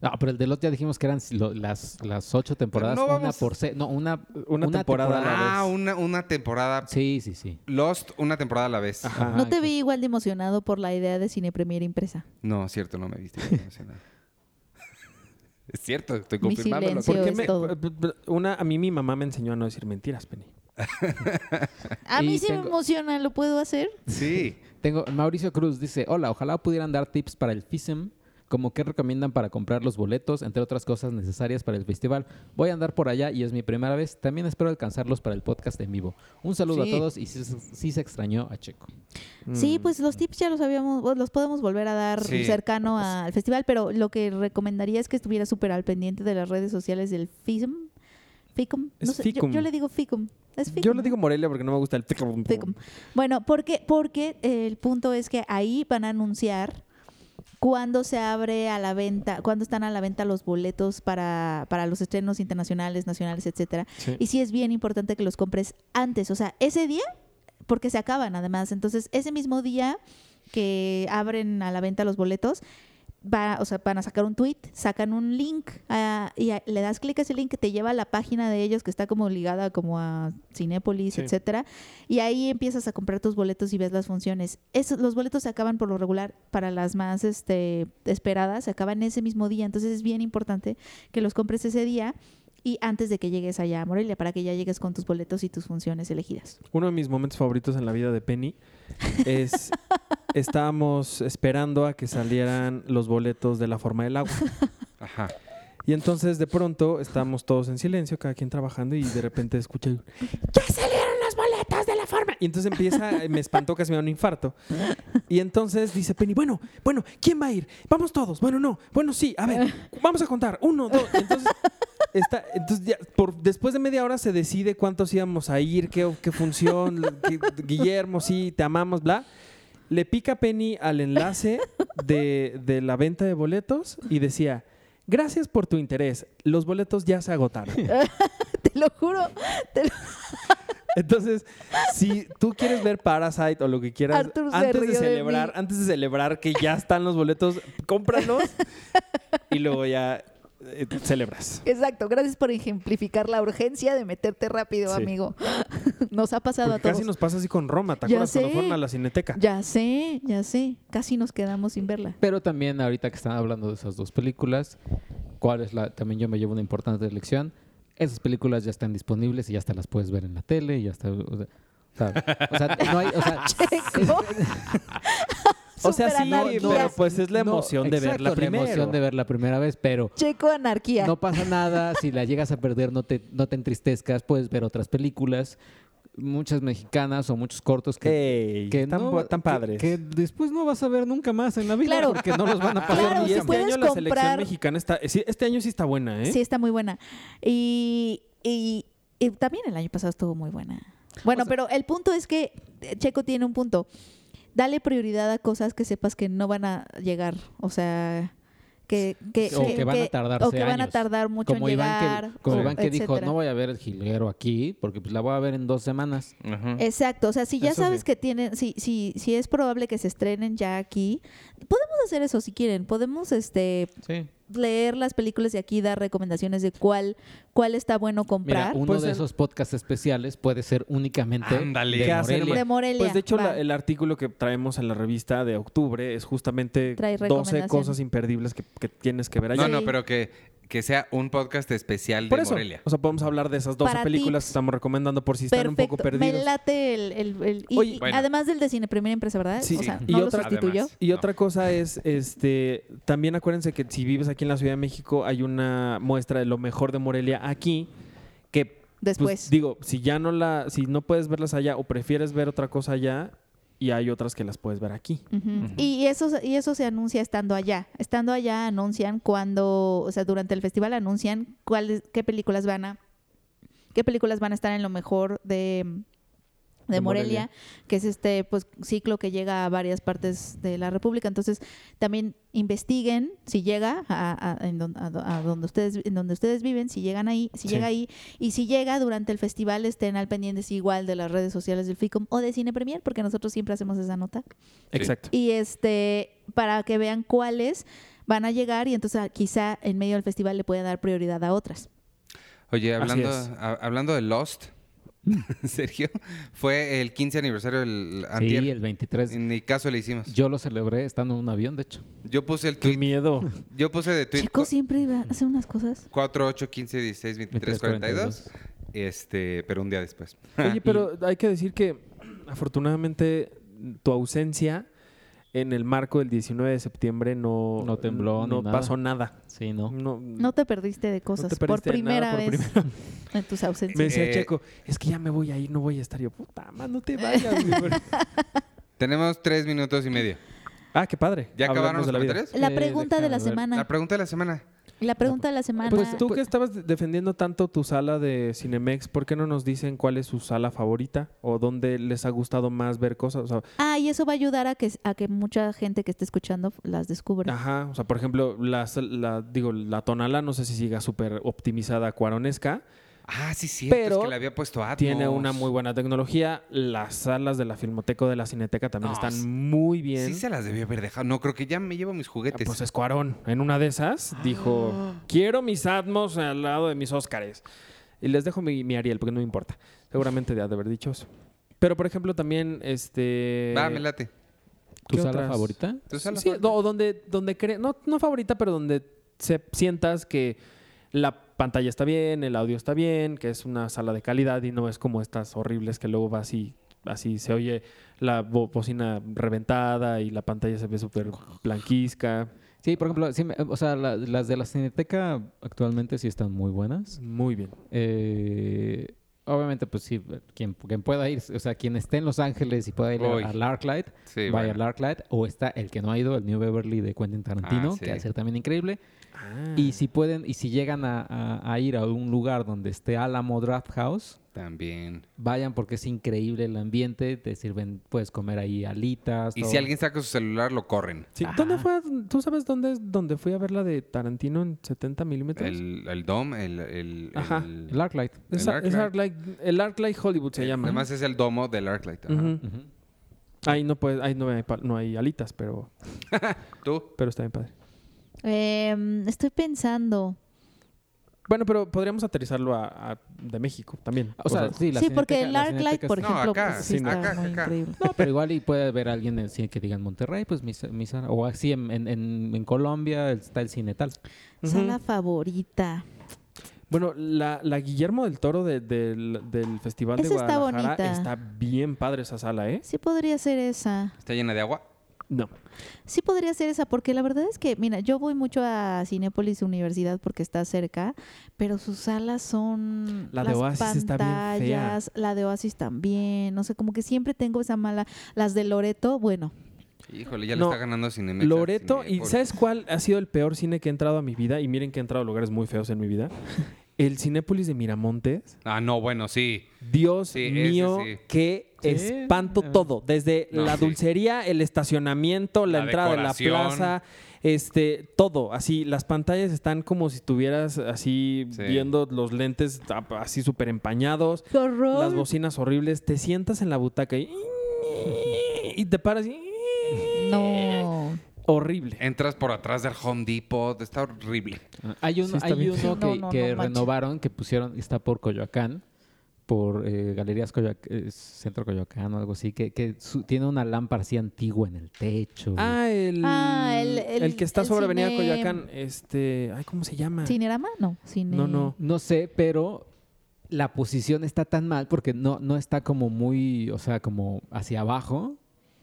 Speaker 4: No, pero el de Lot ya dijimos que eran lo- las, las ocho temporadas,
Speaker 1: no
Speaker 4: una
Speaker 1: vamos-
Speaker 4: por se- No, una,
Speaker 2: Una temporada a la vez.
Speaker 1: Ah, una, una temporada.
Speaker 4: Sí, sí, sí.
Speaker 1: Lost, una temporada a la vez.
Speaker 2: Ajá.
Speaker 3: no te vi igual de emocionado por la idea de cine premier impresa.
Speaker 1: No, cierto, no me viste. no me hice nada. es cierto, estoy
Speaker 3: Mi
Speaker 1: confirmando. lo que-
Speaker 3: silencio.
Speaker 2: ¿Por qué
Speaker 3: Ah, es
Speaker 2: me-
Speaker 3: todo.
Speaker 2: p- p- una, a mí mi mamá me enseñó a no decir mentiras, Penny.
Speaker 3: A
Speaker 4: Y
Speaker 3: mí sí me
Speaker 4: tengo-
Speaker 3: emociona, ¿lo puedo hacer?
Speaker 1: Sí.
Speaker 4: Tengo Mauricio Cruz dice, "Hola, ojalá pudieran dar tips para el FISM, como qué recomiendan para comprar los boletos, entre otras cosas necesarias para el festival. Voy a andar por allá y es mi primera vez. También espero alcanzarlos para el podcast en vivo. Un saludo
Speaker 1: Sí.
Speaker 4: a todos y sí, se- sí se extrañó a Checo."
Speaker 3: Sí,
Speaker 2: Mm.
Speaker 3: pues los tips ya los habíamos, o los podemos volver a dar
Speaker 1: Sí.
Speaker 3: cercano
Speaker 2: Pues
Speaker 3: a- al festival, pero lo que recomendaría es que estuviera súper al pendiente de las redes sociales del FICM. FICM. No
Speaker 2: Es
Speaker 3: sé, yo,
Speaker 2: FICUM.
Speaker 3: yo le digo FICM. Es FICUM,
Speaker 2: Yo le
Speaker 3: ¿no?
Speaker 2: digo Morelia porque no me gusta el...
Speaker 3: FICUM. Bueno, porque, porque el punto es que ahí van a anunciar cuándo se abre a la venta, cuándo están a la venta los boletos para, para los estrenos internacionales, nacionales, etcétera.
Speaker 2: Sí.
Speaker 3: Y sí es bien importante que los compres antes, o sea, ese día, porque se acaban además. Entonces, ese mismo día que abren a la venta los boletos, va, o sea, van a sacar un tweet, sacan un link ah, y a- le das clic a ese link que te lleva a la página de ellos que está como ligada como a Cinépolis,
Speaker 2: Sí.
Speaker 3: etcétera, y ahí empiezas a comprar tus boletos y ves las funciones. Esos- los boletos se acaban por lo regular para las más este, esperadas, se acaban ese mismo día, entonces es bien importante que los compres ese día y antes de que llegues allá a Morelia para que ya llegues con tus boletos y tus funciones elegidas.
Speaker 2: Uno de mis momentos favoritos en la vida de Penny es estábamos esperando a que salieran los boletos de la forma del agua.
Speaker 1: Ajá.
Speaker 2: Y entonces de pronto estábamos todos en silencio, cada quien trabajando y de repente escuché ¡Ya salieron los boletos de la forma! Y entonces empieza, eh, me espantó casi me da un infarto. Y entonces dice Penny, bueno, bueno, ¿quién va a ir? Vamos todos, bueno, no, bueno, sí, a ver, vamos a contar, uno, dos. Y entonces, está, entonces ya, por, después de media hora se decide cuántos íbamos a ir, qué, qué función, qué- Guillermo, sí, te amamos, bla. Le pica Penny al enlace de, de la venta de boletos y decía, gracias por tu interés, los boletos ya se agotaron.
Speaker 3: Te lo juro, te lo-
Speaker 2: Entonces, si tú quieres ver Parasite o lo que quieras,
Speaker 3: Arthur se
Speaker 2: antes de
Speaker 3: rió de
Speaker 2: celebrar,
Speaker 3: mí.
Speaker 2: antes de celebrar que ya están los boletos, cómpralos y luego ya eh, celebras.
Speaker 3: Exacto, gracias por ejemplificar la urgencia de meterte rápido,
Speaker 2: Sí.
Speaker 3: amigo. Nos ha pasado
Speaker 2: Porque
Speaker 3: a
Speaker 2: casi
Speaker 3: todos.
Speaker 2: nos pasa así con Roma, ¿te
Speaker 3: Ya
Speaker 2: acuerdas cuando
Speaker 3: sé.
Speaker 2: fueron a la Cineteca?
Speaker 3: Ya sé, ya sé, casi nos quedamos sin verla.
Speaker 4: Pero también ahorita que están hablando de esas dos películas, cuál es la también yo me llevo una importante lección. Esas películas ya están disponibles y ya hasta las puedes ver en la tele, y ya está o sea, o sea, no hay, o sea,
Speaker 3: Checo.
Speaker 2: Ah, O sea, sí,
Speaker 3: Superanarquía.
Speaker 2: pero pues es la
Speaker 4: no,
Speaker 2: emoción de
Speaker 4: exacto,
Speaker 2: verla primero.
Speaker 4: La emoción de ver la primera vez, pero
Speaker 3: Checo anarquía.
Speaker 4: No pasa nada, si la llegas a perder no te, no te entristezcas, puedes ver otras películas, muchas mexicanas o muchos cortos que,
Speaker 2: Ey,
Speaker 4: que
Speaker 2: tan,
Speaker 4: no-
Speaker 2: bu- tan
Speaker 4: que-
Speaker 2: padres.
Speaker 4: Que, después no vas a ver nunca más en la vida
Speaker 3: Claro.
Speaker 4: porque no los van a
Speaker 2: Oye,
Speaker 4: pasar.
Speaker 3: Claro,
Speaker 2: y
Speaker 3: se
Speaker 2: este
Speaker 3: puedes
Speaker 2: año la selección
Speaker 3: comprar-
Speaker 2: mexicana está, sí, este año sí está buena, ¿eh?
Speaker 3: Sí, está muy buena. Y, y- y también el año pasado estuvo muy buena. Bueno, pero el punto es que eh, Checo tiene un punto. Dale prioridad a cosas que sepas que no van a llegar. O sea, que, que,
Speaker 4: o que van a tardarse
Speaker 3: o que van a
Speaker 4: años.
Speaker 3: tardar mucho
Speaker 4: como
Speaker 3: en
Speaker 4: Iván
Speaker 3: llegar.
Speaker 4: que, como
Speaker 3: o
Speaker 4: Iván que dijo,
Speaker 3: etcétera.
Speaker 4: no voy a ver el jilguero aquí porque pues la voy a ver en dos semanas.
Speaker 1: Ajá.
Speaker 3: Exacto, o sea, si ya
Speaker 2: Eso
Speaker 3: sabes
Speaker 2: sí.
Speaker 3: que tienen, si, si, si es probable que se estrenen ya aquí, podemos hacer eso si quieren, podemos este
Speaker 4: Sí.
Speaker 3: leer las películas de aquí, dar recomendaciones de cuál, cuál está bueno
Speaker 4: Mira,
Speaker 3: comprar
Speaker 4: uno
Speaker 2: Pues
Speaker 4: de
Speaker 2: el-
Speaker 4: esos podcasts especiales puede ser únicamente
Speaker 1: Ándale.
Speaker 4: de
Speaker 2: ¿Qué hacen,
Speaker 4: Morelia.
Speaker 3: de Morelia.
Speaker 2: Pues de hecho, la-
Speaker 3: va.
Speaker 2: el artículo que traemos en la revista de octubre es justamente
Speaker 3: Trae
Speaker 2: 12
Speaker 3: recomendaciones.
Speaker 2: cosas imperdibles que, que tienes que ver allá.
Speaker 1: No, no,
Speaker 3: Sí.
Speaker 1: pero que, que sea un podcast especial
Speaker 2: Por
Speaker 1: de
Speaker 2: eso,
Speaker 1: Morelia.
Speaker 2: o sea, podemos hablar de esas 12
Speaker 3: Para
Speaker 2: películas
Speaker 3: tips.
Speaker 2: que estamos recomendando por si están un poco
Speaker 3: Perfecto, me
Speaker 2: perdidos.
Speaker 3: late el... el- el- y-
Speaker 2: Oye,
Speaker 3: y
Speaker 1: Bueno.
Speaker 3: Además del de cine, primera empresa, ¿verdad?
Speaker 2: Sí,
Speaker 3: o sea,
Speaker 2: sí.
Speaker 3: no
Speaker 2: Y
Speaker 3: lo
Speaker 2: otra-
Speaker 3: sustituyó.
Speaker 1: Además.
Speaker 2: Y
Speaker 1: No.
Speaker 2: otra cosa es, este, también acuérdense que si vives aquí en la Ciudad de México hay una muestra de lo mejor de Morelia aquí que pues,
Speaker 3: Después.
Speaker 2: digo, si ya no la, si no puedes verlas allá o prefieres ver otra cosa allá y hay otras que las puedes ver aquí.
Speaker 3: Ujú. Y eso se- y eso se anuncia estando allá. Estando allá anuncian cuando, o sea, durante el festival anuncian cuáles qué películas van a qué películas van a estar en lo mejor de de,
Speaker 4: De
Speaker 3: Morelia,
Speaker 4: Morelia.
Speaker 3: que es este pues ciclo que llega a varias partes de la República. Entonces, también investiguen si llega a, a- en don- a do- a donde ustedes en donde ustedes viven, si llegan ahí, si
Speaker 2: Sí.
Speaker 3: llega ahí y si llega durante el festival estén al pendientes igual de las redes sociales del FICOM o de Cine Premier, porque nosotros siempre hacemos esa nota.
Speaker 2: Exacto.
Speaker 3: Y este, para que vean cuáles van a llegar y entonces ah, quizá en medio del festival le pueda dar prioridad a otras.
Speaker 1: Oye,
Speaker 2: Así
Speaker 1: hablando,
Speaker 2: es.
Speaker 1: a- hablando de Lost, Sergio, fue el 15 aniversario del
Speaker 4: Sí,
Speaker 1: antier.
Speaker 4: el 23.
Speaker 1: En mi caso le hicimos.
Speaker 4: Yo lo celebré estando en un avión, de hecho.
Speaker 1: Yo puse el
Speaker 2: Qué
Speaker 1: tweet.
Speaker 2: miedo.
Speaker 1: Yo puse de tweet
Speaker 3: Checo siempre va- hace unas cosas.
Speaker 1: 4, 8, 15, 16, 23, 42.
Speaker 4: 42.
Speaker 1: Este, pero un día después.
Speaker 2: Oye, pero hay que decir que afortunadamente tu ausencia en el marco del 19 de septiembre no
Speaker 4: No tembló ni
Speaker 2: no
Speaker 4: nada.
Speaker 2: pasó nada.
Speaker 4: Sí, ¿no?
Speaker 2: No,
Speaker 3: No te perdiste de cosas
Speaker 2: te
Speaker 3: por
Speaker 2: perdiste de nada
Speaker 3: primera
Speaker 2: por
Speaker 3: vez
Speaker 2: primera
Speaker 3: en tus
Speaker 2: Me
Speaker 3: ausencias.
Speaker 2: decía
Speaker 1: Eh,
Speaker 2: Checo, es que ya me voy a ir, no voy a estar yo. Puta, man, no te vayas. güey, pero-
Speaker 1: Tenemos tres minutos y medio.
Speaker 2: ah, qué padre.
Speaker 1: ¿Ya acabaron los
Speaker 2: Hablamos de la vida.
Speaker 1: comentarios?
Speaker 3: La
Speaker 4: Eh,
Speaker 3: pregunta de la
Speaker 4: déjame ver.
Speaker 3: semana.
Speaker 1: La pregunta de la semana.
Speaker 3: La pregunta de la semana.
Speaker 2: Pues tú que estabas de- defendiendo tanto tu sala de Cinemex, ¿por qué no nos dicen cuál es su sala favorita o dónde les ha gustado más ver cosas? O sea,
Speaker 3: Ah, y eso va a ayudar a que, a que mucha gente que esté escuchando las descubra.
Speaker 2: ajá, o sea, por ejemplo, la, sal- la- digo, la tonala, no sé si siga súper optimizada cuaronesca,
Speaker 1: Ah, sí, cierto.
Speaker 2: Pero
Speaker 1: es que le había puesto Atmos.
Speaker 2: tiene una muy buena tecnología, las salas de la Filmoteca o de la Cineteca también
Speaker 1: No, sí.
Speaker 2: están muy bien.
Speaker 1: Sí se las debía haber dejado. No, creo que ya me llevo mis
Speaker 2: Ah,
Speaker 1: juguetes.
Speaker 2: Pues es Cuarón. En una de esas
Speaker 1: Ah.
Speaker 2: dijo, quiero mis Atmos al lado de mis Óscares. Y les dejo mi, mi Ariel, porque no me importa. Seguramente de ha de haber dicho eso. Pero, por ejemplo, también, este...
Speaker 1: Va, me late.
Speaker 2: ¿qué
Speaker 4: ¿Tu sala
Speaker 2: otras?
Speaker 4: favorita?
Speaker 1: ¿Tú sabes?
Speaker 2: Sí, o donde, donde cre- no, no favorita, pero donde se sientas que la pantalla está bien, el audio está bien, que es una sala de calidad y no es como estas horribles que luego vas y así se oye la bo- bocina reventada y la pantalla se ve súper blanquizca.
Speaker 4: Sí, por ejemplo, sí me- o sea, la- las de la Cineteca actualmente sí están muy buenas.
Speaker 2: Muy bien.
Speaker 4: Eh, obviamente, pues sí, quien, quien pueda ir, o sea, quien esté en Los Ángeles y pueda ir
Speaker 1: Uy.
Speaker 4: a, a Larklight,
Speaker 1: Sí,
Speaker 4: vaya
Speaker 1: bueno.
Speaker 4: a Larklight. O está el que no ha ido, el New Beverly de Quentin Tarantino,
Speaker 1: Ah, sí.
Speaker 4: que va a ser también increíble.
Speaker 3: Ah.
Speaker 4: Y si pueden, y si llegan a, a- a ir a un lugar donde esté Alamo Draft House,
Speaker 1: También.
Speaker 4: vayan porque es increíble el ambiente. Te sirven, puedes comer ahí alitas.
Speaker 1: Y
Speaker 4: todo.
Speaker 1: si alguien saca su celular, lo corren.
Speaker 2: Sí,
Speaker 4: Ajá.
Speaker 2: ¿Dónde fue? ¿Tú sabes dónde, es- dónde fui a ver la de Tarantino en 70 milímetros?
Speaker 1: El, el DOM, el... el,
Speaker 2: Ajá.
Speaker 1: el-
Speaker 4: El Arclight.
Speaker 2: Es
Speaker 1: el
Speaker 2: a- es
Speaker 1: Arclight.
Speaker 2: Arclight- el Arclight Hollywood se llama.
Speaker 1: Además es el domo del Arclight. ajá.
Speaker 2: Ujú. Ahí no puede, ahí no hay, pa- no hay alitas, pero,
Speaker 1: ¿Tú?
Speaker 2: pero está bien padre.
Speaker 3: Em, estoy pensando.
Speaker 2: Bueno, pero podríamos aterrizarlo a, a- de México también.
Speaker 4: O sea, sí, la
Speaker 3: sí, porque
Speaker 4: Cineteca-
Speaker 3: el
Speaker 4: la
Speaker 3: Arclight,
Speaker 4: Cineteca
Speaker 3: por
Speaker 4: está-
Speaker 1: No,
Speaker 3: ejemplo,
Speaker 1: acá,
Speaker 3: pues, sí
Speaker 2: sí,
Speaker 3: está
Speaker 1: acá,
Speaker 3: muy
Speaker 1: acá.
Speaker 3: increíble.
Speaker 4: No, pero igual y puede haber alguien en cine que diga en Monterrey, pues mi, sa- mi sala- o así en, en- en- en Colombia está el cine tal.
Speaker 2: Ujú.
Speaker 3: Sala favorita.
Speaker 2: Bueno, la, la Guillermo del Toro de- del- del Festival de
Speaker 3: Esa está
Speaker 2: Guadalajara
Speaker 3: bonita.
Speaker 2: está bien padre esa sala, ¿eh?
Speaker 3: Sí podría ser esa.
Speaker 1: ¿Está llena de agua?
Speaker 2: No.
Speaker 3: Sí podría ser esa, porque la verdad es que, mira, yo voy mucho a Cinépolis Universidad porque está cerca, pero sus salas son
Speaker 2: La de Oasis está bien fea.
Speaker 3: pantallas, la de Oasis también, no sé, como que siempre tengo esa mala, las de Loreto, bueno,
Speaker 1: Híjole, ya
Speaker 2: No.
Speaker 1: lo está ganando Cinemex. al
Speaker 2: Loreto, ¿y
Speaker 1: Cinépolis.
Speaker 2: sabes cuál ha sido el peor cine que he entrado a mi vida? Y miren que he entrado a lugares muy feos en mi vida. El Cinépolis de Miramontes.
Speaker 1: Ah, no, bueno, sí.
Speaker 2: Dios
Speaker 1: Sí, ese
Speaker 2: mío,
Speaker 1: sí.
Speaker 2: qué
Speaker 4: Sí,
Speaker 2: espanto
Speaker 3: Ah.
Speaker 4: eh.
Speaker 2: todo. Desde
Speaker 1: No,
Speaker 2: la
Speaker 1: sí.
Speaker 2: dulcería, el estacionamiento, la,
Speaker 1: La
Speaker 2: entrada de la
Speaker 1: decoración.
Speaker 2: plaza, este, todo. Así, las pantallas están como si estuvieras así
Speaker 1: Sí.
Speaker 2: viendo los lentes ap- así súper empañados.
Speaker 3: ¡Qué horror!
Speaker 2: Las bocinas horribles. Te sientas en la butaca y, y te paras y...
Speaker 3: No.
Speaker 2: Horrible.
Speaker 1: Entras por atrás del Home Depot, está horrible.
Speaker 4: Ah, Hay, un,
Speaker 2: Sí, está
Speaker 4: hay
Speaker 2: bien
Speaker 4: uno
Speaker 3: feo.
Speaker 4: que,
Speaker 3: No, no,
Speaker 4: que
Speaker 3: no manches.
Speaker 4: renovaron, que pusieron, está por Coyoacán, por eh, Galerías Coyoacán, Centro Coyoacán o algo así, que, que su- tiene una lámpara así antigua en el techo.
Speaker 2: Ah, el,
Speaker 3: Ah, el-
Speaker 2: el,
Speaker 3: el-
Speaker 2: que está
Speaker 3: el
Speaker 2: sobre Avenida
Speaker 3: cine-
Speaker 2: Coyoacán. Este, ay, ¿cómo se llama?
Speaker 3: ¿Cinerama? No. Cine...
Speaker 2: No, no.
Speaker 4: No sé, pero la posición está tan mal porque no, no está como muy, o sea, como hacia abajo.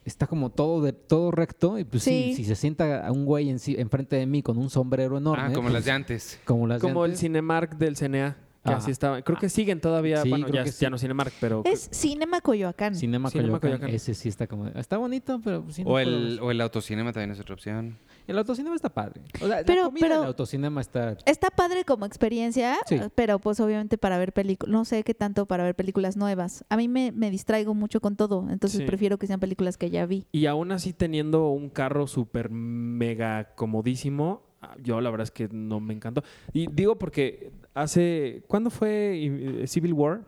Speaker 4: Está como todo de, todo recto y pues sí,
Speaker 3: Sí.
Speaker 4: si se sienta un güey en, enfrente de mí con un sombrero enorme.
Speaker 1: Ah, como
Speaker 4: pues,
Speaker 1: las de antes.
Speaker 4: Como las de
Speaker 2: Como el
Speaker 4: antes.
Speaker 2: Cinemark del CNA. Que
Speaker 4: Ajá. Ah.
Speaker 2: así estaba. Creo que siguen todavía.
Speaker 4: Sí,
Speaker 2: bueno,
Speaker 4: creo
Speaker 2: ya,
Speaker 4: que
Speaker 2: es- ya
Speaker 4: sí.
Speaker 2: no Cinemark, pero.
Speaker 3: Es Cinema Coyoacán.
Speaker 4: Cinema,
Speaker 2: Cinema
Speaker 4: Coyoacán,
Speaker 2: Coyoacán.
Speaker 4: Ese sí está como... Está bonito, pero... pues, sí, no
Speaker 1: O
Speaker 4: puedo
Speaker 1: el, o el autocinema también es otra opción.
Speaker 4: El autocinema está padre. O sea,
Speaker 3: Pero-
Speaker 4: la comida
Speaker 3: pero-
Speaker 4: del autocinema está.
Speaker 3: Está padre como experiencia,
Speaker 4: Sí.
Speaker 3: pero pues obviamente para ver películas, no sé qué tanto para ver películas nuevas. A mí me, me distraigo mucho con todo, entonces
Speaker 2: Sí.
Speaker 3: prefiero que sean películas que ya vi.
Speaker 2: Y aún así, teniendo un carro súper mega comodísimo, ah, yo la verdad es que no me encantó. Y digo porque hace. ¿Cuándo fue eh, Civil War?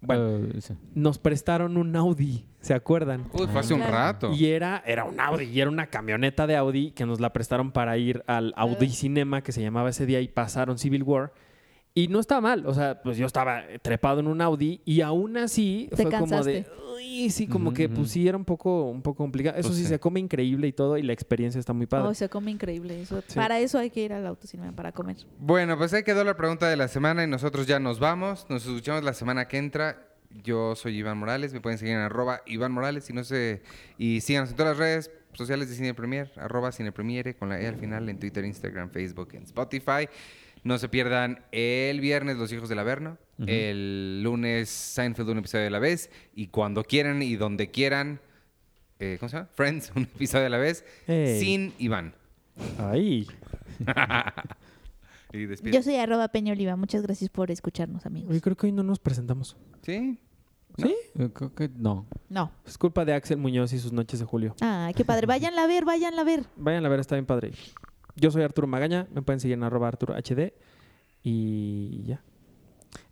Speaker 2: Bueno,
Speaker 4: Eh, sí.
Speaker 2: nos prestaron un Audi, ¿se acuerdan?
Speaker 1: Uy, fue hace un
Speaker 3: Claro.
Speaker 1: rato.
Speaker 2: Y era, era un Audi, y era una camioneta de Audi que nos la prestaron para ir al
Speaker 3: Ah.
Speaker 2: Audi Cinema que se llamaba ese día y pasaron Civil War. Y no estaba mal, o sea, pues yo estaba trepado en un Audi y aún así
Speaker 3: Te
Speaker 2: fue como de,
Speaker 3: cansaste.
Speaker 2: uy, sí, como
Speaker 4: Ujú,
Speaker 2: que
Speaker 4: ujú.
Speaker 2: pues sí era un poco, un poco complicado. Eso
Speaker 1: Pues
Speaker 2: sí,
Speaker 1: sí.
Speaker 2: se come increíble y todo y la experiencia está muy padre.
Speaker 3: Oh, se come increíble eso.
Speaker 2: Sí.
Speaker 3: Para eso hay que ir al autocinema para comer.
Speaker 1: Bueno, pues ahí quedó la pregunta de la semana y nosotros ya nos vamos. Nos escuchamos la semana que entra. Yo soy Iván Morales, me pueden seguir en arroba Iván Morales y no sé, y síganos en todas las redes sociales de Cine Premier, arroba Cine Premiere, con la E al final en Twitter, Instagram, Facebook, en Spotify. No se pierdan el viernes Los Hijos del Averno,
Speaker 4: Ujú.
Speaker 1: el lunes Seinfeld un episodio de la vez y cuando quieran y donde quieran, eh, ¿cómo se llama? Friends un episodio de la vez
Speaker 2: Ey.
Speaker 1: sin Iván.
Speaker 2: Ay,
Speaker 1: Y despide.
Speaker 3: Yo soy arroba Peña Oliva. Muchas gracias por escucharnos, amigos.
Speaker 2: hoy creo que hoy no nos presentamos.
Speaker 1: Sí.
Speaker 2: ¿Sí?
Speaker 4: Eh, Creo que no.
Speaker 3: No.
Speaker 2: Es culpa de Axel Muñoz y sus noches de julio.
Speaker 3: Ah, qué padre. Váyanla a ver, váyanla a ver.
Speaker 2: Vayan a ver, está bien padre. Yo soy Arturo Magaña, me pueden seguir en arroba Arturo HD y ya.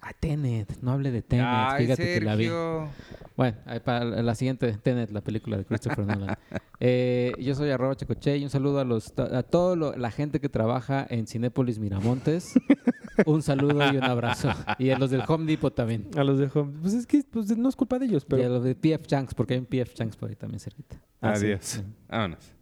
Speaker 4: Ah, Tenet. No hable de Tenet.
Speaker 1: Ay,
Speaker 4: Fíjate que la vi.
Speaker 1: Sergio.
Speaker 4: Bueno, ahí para la siguiente Tenet, la película de Christopher Nolan. Eh, yo soy arroba Checoche y un saludo a los a toda la gente que trabaja en Cinépolis Miramontes. un saludo y un abrazo. Y a los del Home Depot también.
Speaker 2: A los dejo. Pues es que pues, no es culpa de ellos,
Speaker 4: Y a
Speaker 2: pero.
Speaker 4: los de PF Changs, porque hay un PF Changs por ahí también cerquita.
Speaker 2: Ah, sí.
Speaker 1: Vámonos.